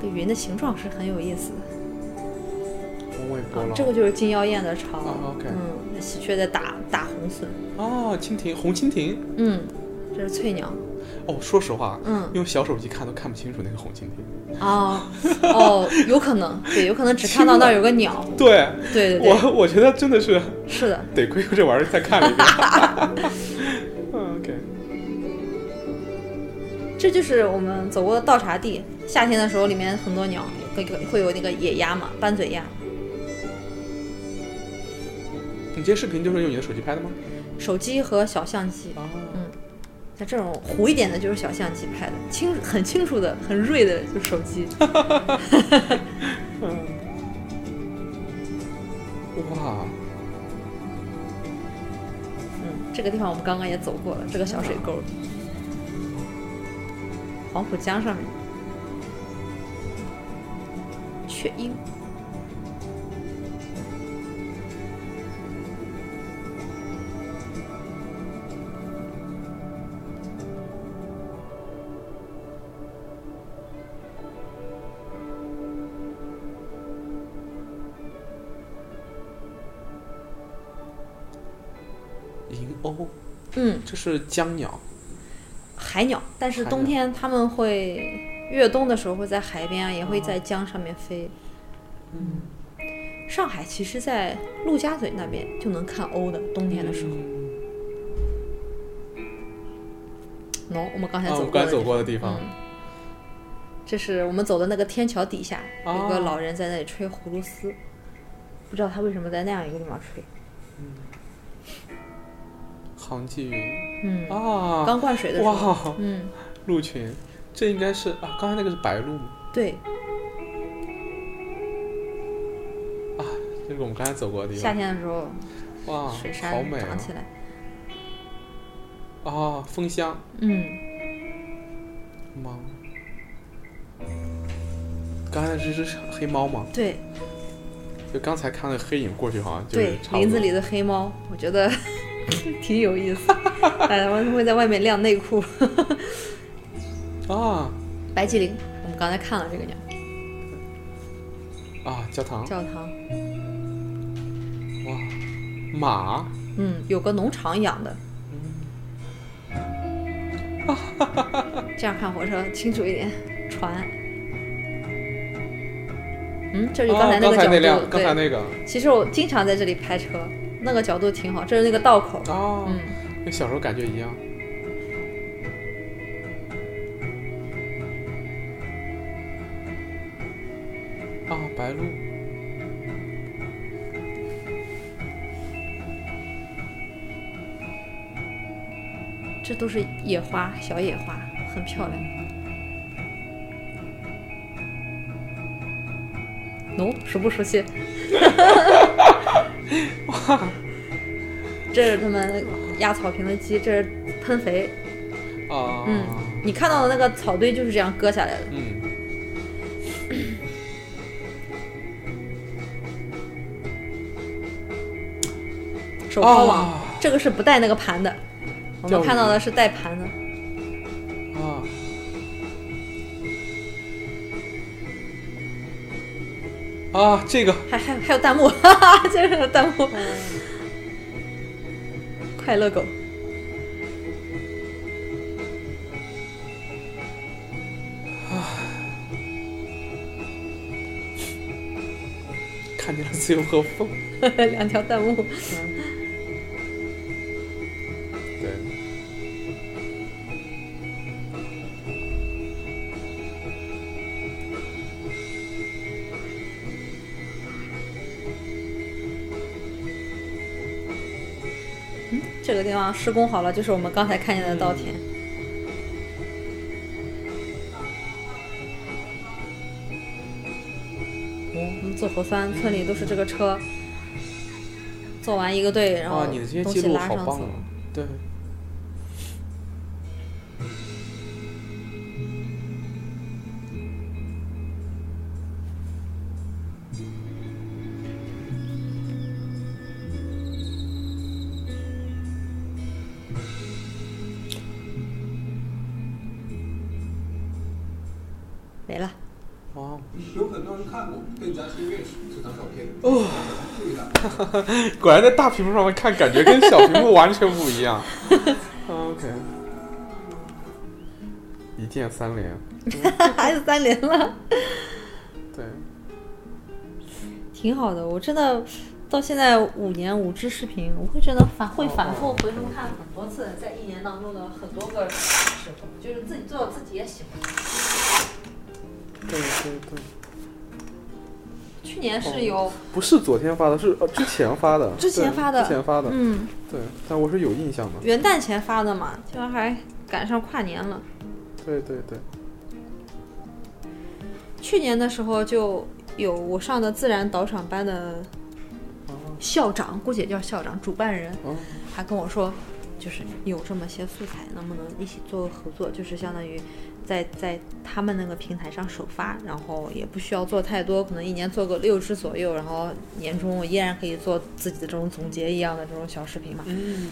Speaker 3: 这云的形状是很有意思的。
Speaker 1: 红尾波
Speaker 3: 啊
Speaker 1: 浪。，
Speaker 3: 这个就是金腰燕的巢。
Speaker 1: 啊，OK
Speaker 3: 嗯，喜鹊在打打红隼。
Speaker 1: 哦，蜻蜓，红蜻蜓。
Speaker 3: 嗯，这是翠鸟。
Speaker 1: 哦，说实话，
Speaker 3: (laughs) 嗯
Speaker 1: 用小手机看都看不清楚那个红蜻蜓。
Speaker 3: 哦哦，有可能，对，有可能只看到那儿有个鸟。
Speaker 1: 对，
Speaker 3: 对对对，
Speaker 1: 我我觉得真的是
Speaker 3: 是的。
Speaker 1: 得亏有这玩意儿再看了一遍。 (laughs) 嗯 OK，
Speaker 3: 这就是我们走过的倒茶地。夏天的时候，里面很多鸟，会会有那个野鸭嘛，斑嘴鸭。
Speaker 1: 你这视频就是用你的手机拍的吗？
Speaker 3: 手机和小相机，
Speaker 1: 啊，
Speaker 3: 那这种糊一点的，就是小相机拍的，清很清楚的，很锐的，就是手机。
Speaker 1: 哇，
Speaker 3: 嗯，这个地方我们刚刚也走过了，这个小水沟，黄浦江上面，雀鹰。
Speaker 1: 银鸥，
Speaker 3: 嗯，
Speaker 1: 这是江鸟。
Speaker 3: 海鸟，但是
Speaker 1: 海
Speaker 3: 冬
Speaker 1: 鸟
Speaker 3: 天它们会越冬的时候会在海边啊，也会在江上面飞。嗯，上海其实，在陆家嘴那边就能看鸥的，冬天的时候。喏、我们刚才
Speaker 1: 啊，我
Speaker 3: 走
Speaker 1: 们
Speaker 3: 过
Speaker 1: 刚
Speaker 3: 的
Speaker 1: 才
Speaker 3: 地
Speaker 1: 走
Speaker 3: 方嗯
Speaker 1: 过的地方。
Speaker 3: 这是我们走的那个天桥底下，有个
Speaker 1: 哦
Speaker 3: 老人在那里吹葫芦丝，不知道他为什么在那样一个地方吹。
Speaker 1: 杭济云
Speaker 3: 嗯，
Speaker 1: 啊，
Speaker 3: 刚灌水的时候，
Speaker 1: 哇，
Speaker 3: 嗯，
Speaker 1: 鹿群，这应该是啊，刚才那个是白鹭吗？
Speaker 3: 对，
Speaker 1: 啊，这是我们刚才走过的地
Speaker 3: 夏
Speaker 1: 方。
Speaker 3: 天的时候
Speaker 1: 哇，
Speaker 3: 水
Speaker 1: 好
Speaker 3: 杉
Speaker 1: 美
Speaker 3: 长
Speaker 1: 啊！
Speaker 3: 起来，
Speaker 1: 啊，枫香，
Speaker 3: 嗯，
Speaker 1: 猫。刚才这是黑猫吗？
Speaker 3: 对
Speaker 1: 就刚才看那黑影过去，好像就是
Speaker 3: 对，
Speaker 1: 差不多
Speaker 3: 林子里的黑猫，我觉得 (laughs) 挺有意
Speaker 1: (laughs)
Speaker 3: 思，哎，他们会在外面晾内裤。
Speaker 1: 啊
Speaker 3: 白脊灵，我们刚才看了这个鸟，
Speaker 1: 哦啊，教堂
Speaker 3: 教堂，
Speaker 1: 哇，马
Speaker 3: 嗯，有个农场养
Speaker 1: (laughs)
Speaker 3: 的。这样看火车清楚一点，船。嗯嗯，这就刚才
Speaker 1: 哦刚才
Speaker 3: 个角
Speaker 1: 那
Speaker 3: 度，
Speaker 1: 啊哦辆，刚才
Speaker 3: 对。
Speaker 1: 那个
Speaker 3: 其实我经常在这里拍车，那个角度挺好，这是那个道口，
Speaker 1: 啊，
Speaker 3: 嗯，
Speaker 1: 跟小时候感觉一样。啊，白鹭，
Speaker 3: 这都是野花，小野花，很漂亮。喏、熟不熟 (laughs) 悉？这是他们压草坪的鸡，这是喷肥。
Speaker 1: 啊，
Speaker 3: 嗯，你看到的那个草堆就是这样割下来的。
Speaker 1: 嗯，
Speaker 3: 手铐网，
Speaker 1: 啊
Speaker 3: 这个是不带那个盘的，我
Speaker 1: 钓
Speaker 3: 们
Speaker 1: 鱼
Speaker 3: 看到的是带盘的。
Speaker 1: 啊，啊，这个
Speaker 3: 还还还有弹幕， (laughs) 哈哈，这是弹幕。快乐狗， (laughs)
Speaker 1: 看见了自由和风，
Speaker 3: 两条弹幕。
Speaker 1: 对，
Speaker 3: 这个地方施工好了，就是我们刚才看见的稻田。哦我们走河番村里都是这个车，做完一个队，然后
Speaker 1: 啊，你的这些
Speaker 3: 东
Speaker 1: 记
Speaker 3: 西
Speaker 1: 录
Speaker 3: 拉
Speaker 1: 好
Speaker 3: 上
Speaker 1: 棒
Speaker 3: 走
Speaker 1: 啊。，对，
Speaker 3: 没了。 (laughs)
Speaker 1: 哇，
Speaker 7: 有很多人看过，更加欣慰这张照片。
Speaker 1: 哦 (laughs) 果然在大屏幕上面看，感觉跟小屏幕完全不一 (laughs) 样。OK，一键三连，
Speaker 3: 孩子三连了，
Speaker 1: 对，
Speaker 3: 挺好的。我真的到现在五年五支视频，我会觉得反会反复回头看很多次，在一年当中的很多个时候，就是自己做自己也喜欢。
Speaker 1: 对对对，
Speaker 3: 去年是有，
Speaker 1: 不是昨天发的，是呃之前发的，
Speaker 3: 之前
Speaker 1: 对
Speaker 3: 发的
Speaker 1: 之前发的，
Speaker 3: 嗯，
Speaker 1: 对，但我是有印象的，
Speaker 3: 元旦前发的嘛，这玩意儿还赶上跨年了。
Speaker 1: 对对对，
Speaker 3: 去年的时候就有我上的自然导赏班的校长，姑且叫校长，主办人
Speaker 1: 哦
Speaker 3: 还跟我说，就是有这么些素材，能不能一起做个合作？就是相当于在在他们那个平台上首发，然后也不需要做太多，可能一年做个六支左右，然后年终我依然可以做自己的这种总结一样的这种小视频嘛。
Speaker 1: 嗯，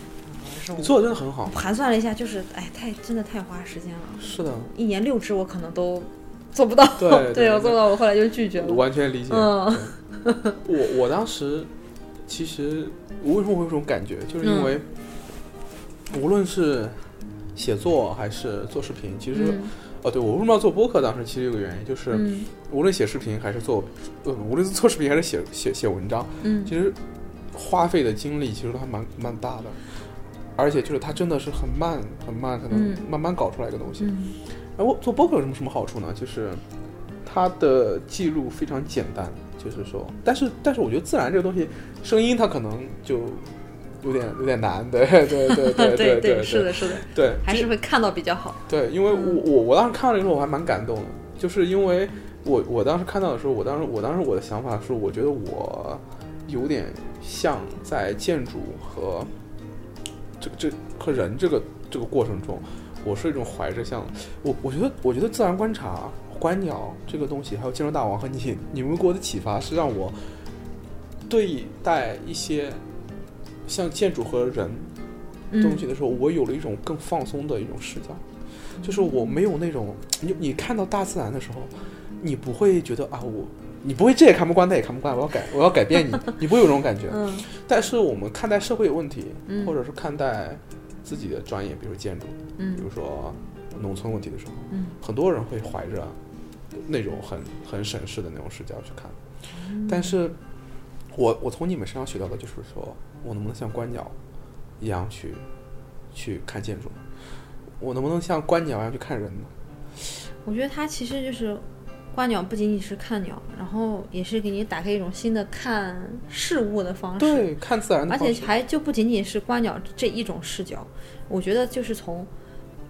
Speaker 3: 这种
Speaker 1: 你做的真的很好，
Speaker 3: 盘算了一下，就是哎，太真的太花时间了，
Speaker 1: 是的，
Speaker 3: 一年六支我可能都做不到。
Speaker 1: (laughs) 对
Speaker 3: (laughs)
Speaker 1: 对对
Speaker 3: 我做不到，我后来就拒绝了。
Speaker 1: 完全理解。
Speaker 3: 嗯
Speaker 1: 对我我当时其实我为什么会有这种感觉，就是因
Speaker 3: 嗯
Speaker 1: 为、无论是写作还是做视频，其实、
Speaker 3: 嗯
Speaker 1: 哦，对我为什么要做播客？当时其实有个原因就是，
Speaker 3: 嗯
Speaker 1: 无论写视频还是做，呃，无论是做视频还是写写写文章，
Speaker 3: 嗯
Speaker 1: 其实花费的精力其实都还蛮蛮大的，而且就是它真的是很慢很慢，可能
Speaker 3: 嗯
Speaker 1: 慢慢搞出来一个东西。
Speaker 3: 嗯
Speaker 1: 然哎后做播客有什么什么好处呢？就是它的记录非常简单，就是说，但是但是我觉得自然这个东西，声音它可能就有点有点难，对对对对
Speaker 3: (laughs) 对
Speaker 1: 对，
Speaker 3: 是的，是的，
Speaker 1: 对，
Speaker 3: 还是会看到比较好。
Speaker 1: 对，因为我我我当时看到这个时候我还蛮感动的，就是因为我我当时看到的时候，我当时我当时我的想法是，我觉得我有点像在建筑和这这和人这个这个过程中，我是一种怀着像我我觉得我觉得自然观察、观鸟这个东西，还有建筑大王和你你们给我的启发是让我对待一些像建筑和人
Speaker 3: 嗯
Speaker 1: 东西的时候，我有了一种更放松的一种视角，
Speaker 3: 嗯
Speaker 1: 就是我没有那种你你看到大自然的时候，你不会觉得啊我你不会这也看不惯那也看不惯，我要改我要改变你，你不会有这种感觉。
Speaker 3: 嗯
Speaker 1: (laughs) 但是我们看待社会问题，
Speaker 3: 嗯
Speaker 1: 或者是看待自己的专业，比如建筑，比
Speaker 3: 嗯
Speaker 1: 如说农村问题的时候，
Speaker 3: 嗯
Speaker 1: 很多人会怀
Speaker 3: 嗯
Speaker 1: 着那种很很审视的那种视角去看，但是我我从你们身上学到的就是说我能不能像观鸟一样去去看建筑，我能不能像观鸟一样去看人呢？
Speaker 3: 我觉得它其实就是观鸟，不仅仅是看鸟，然后也是给你打开一种新的看事物的方式。
Speaker 1: 对，看自然的
Speaker 3: 而
Speaker 1: 方式，
Speaker 3: 且还就不仅仅是观鸟这一种视角，我觉得就是从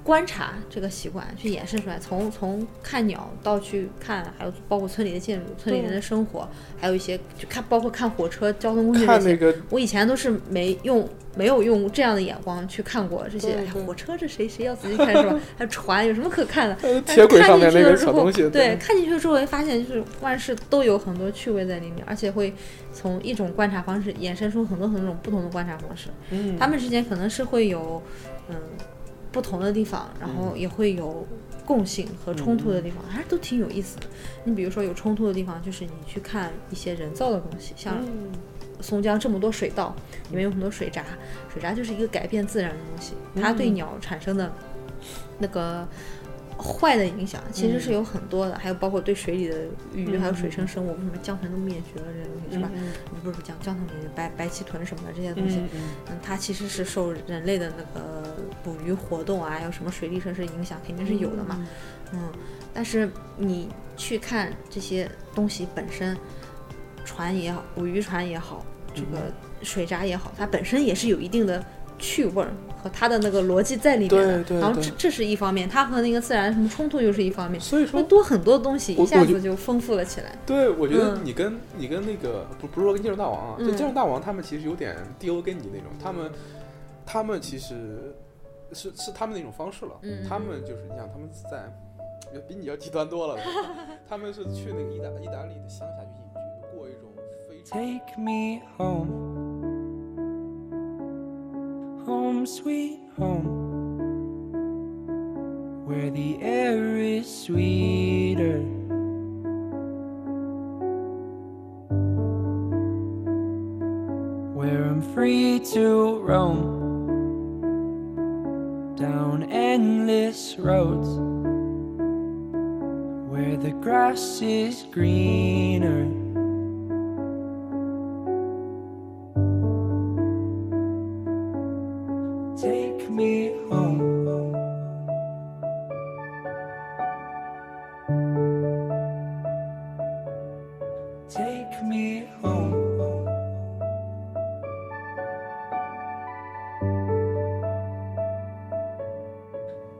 Speaker 3: 观察这个习惯去衍生出来，从从看鸟到去看，还有包括村里的建筑、村里人的生活，还有一些就看包括看火车、交通工具这
Speaker 1: 看
Speaker 3: 些。
Speaker 1: 那个
Speaker 3: 我以前都是没用，没有用这样的眼光去看过这些。
Speaker 1: 对
Speaker 3: 哎呀
Speaker 1: 对
Speaker 3: 火车这谁谁要仔细看是吧？ (laughs) 还有船有什么可看的？
Speaker 1: 呃
Speaker 3: 但
Speaker 1: 铁轨
Speaker 3: 哎看
Speaker 1: 上面
Speaker 3: 进去
Speaker 1: 那
Speaker 3: 了
Speaker 1: 个
Speaker 3: 之
Speaker 1: 小
Speaker 3: 后
Speaker 1: 东西，
Speaker 3: 对，，看进去之后会发现，就是万事都有很多趣味在里面，而且会从一种观察方式衍生出很多很多种不同的观察方式。
Speaker 1: 嗯
Speaker 3: 他们之间可能是会有嗯不同的地方，然
Speaker 1: 嗯
Speaker 3: 后也会有共性和冲突的地方，还是都挺有意思的。你比如说有冲突的地方，就是你去看一些人造的东西，像松江这么多水稻，里面有很多水闸，水闸就是一个改变自然的东西，它对鸟产生的那个。坏的影响其实是有很多的，还有包括对水里的鱼，还有水生生物，为什么江豚都灭绝了这些东
Speaker 2: 嗯
Speaker 3: 西，是吧？啊不是江江豚灭绝，白白鳍豚什么的这些东西，嗯，它其实是受人类的那个捕鱼活动啊，还有什么水利设施影响，肯定是有的嘛。嗯，但是你去看这些东西本身，船也好，捕鱼船也好，这个
Speaker 1: 嗯
Speaker 3: 水闸也好，它本身也是有一定的趣味儿和它的那个逻辑在里面的。
Speaker 1: 对对
Speaker 3: 然后
Speaker 1: 对
Speaker 3: 这这是一方面，它和那个自然什么冲突又是一方面，
Speaker 1: 所以
Speaker 3: 会
Speaker 1: 说，
Speaker 3: 多很多东西，
Speaker 1: 我
Speaker 3: 一下
Speaker 1: 我就
Speaker 3: 子就丰富了起来。
Speaker 1: 对我觉得
Speaker 3: 嗯
Speaker 1: 你跟你跟那个不不是说跟建筑大王啊，就
Speaker 3: 嗯
Speaker 1: 建筑大王他们其实有点 DO 跟你那种，他们他们其实是是他们的一种方式了，
Speaker 3: 嗯
Speaker 1: 他们就是你想他们在要比你要极端多了， (laughs) 他们是去那个意大意大利的乡下去隐居，过一种非常。
Speaker 2: Take me home. Home, sweet home. Where the air is sweeter. Where I'm free to roam. Down endless roads. Where the grass is greener. Take me home. Take me home.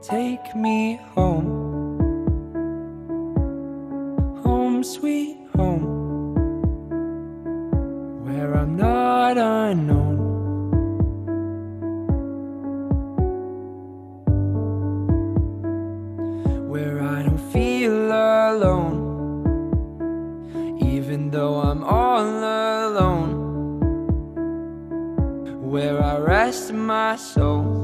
Speaker 2: Take me home. Home, sweet home. Where I'm not unknown. where I don't feel alone. Even though I'm all alone, where I rest my soul.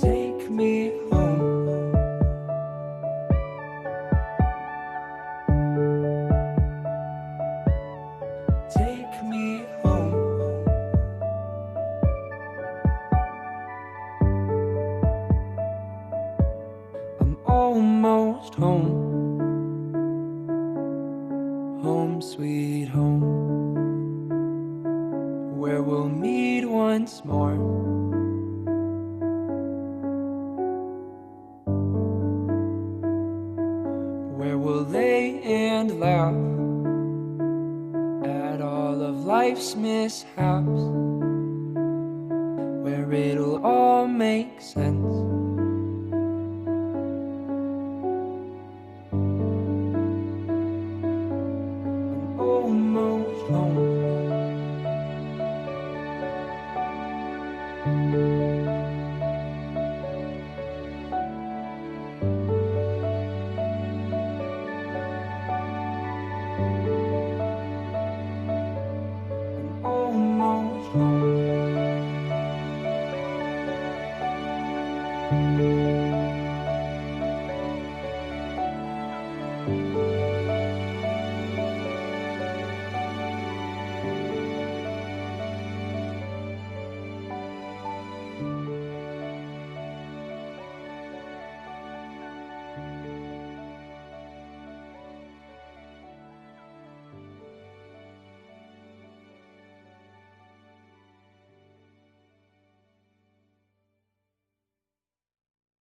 Speaker 2: Take me home. Take me home. I'm almost home. Home, sweet home. Where we'll meet once more. Where we'll lay and laugh at all of life's mishaps. Where it'll all make sense. Oh,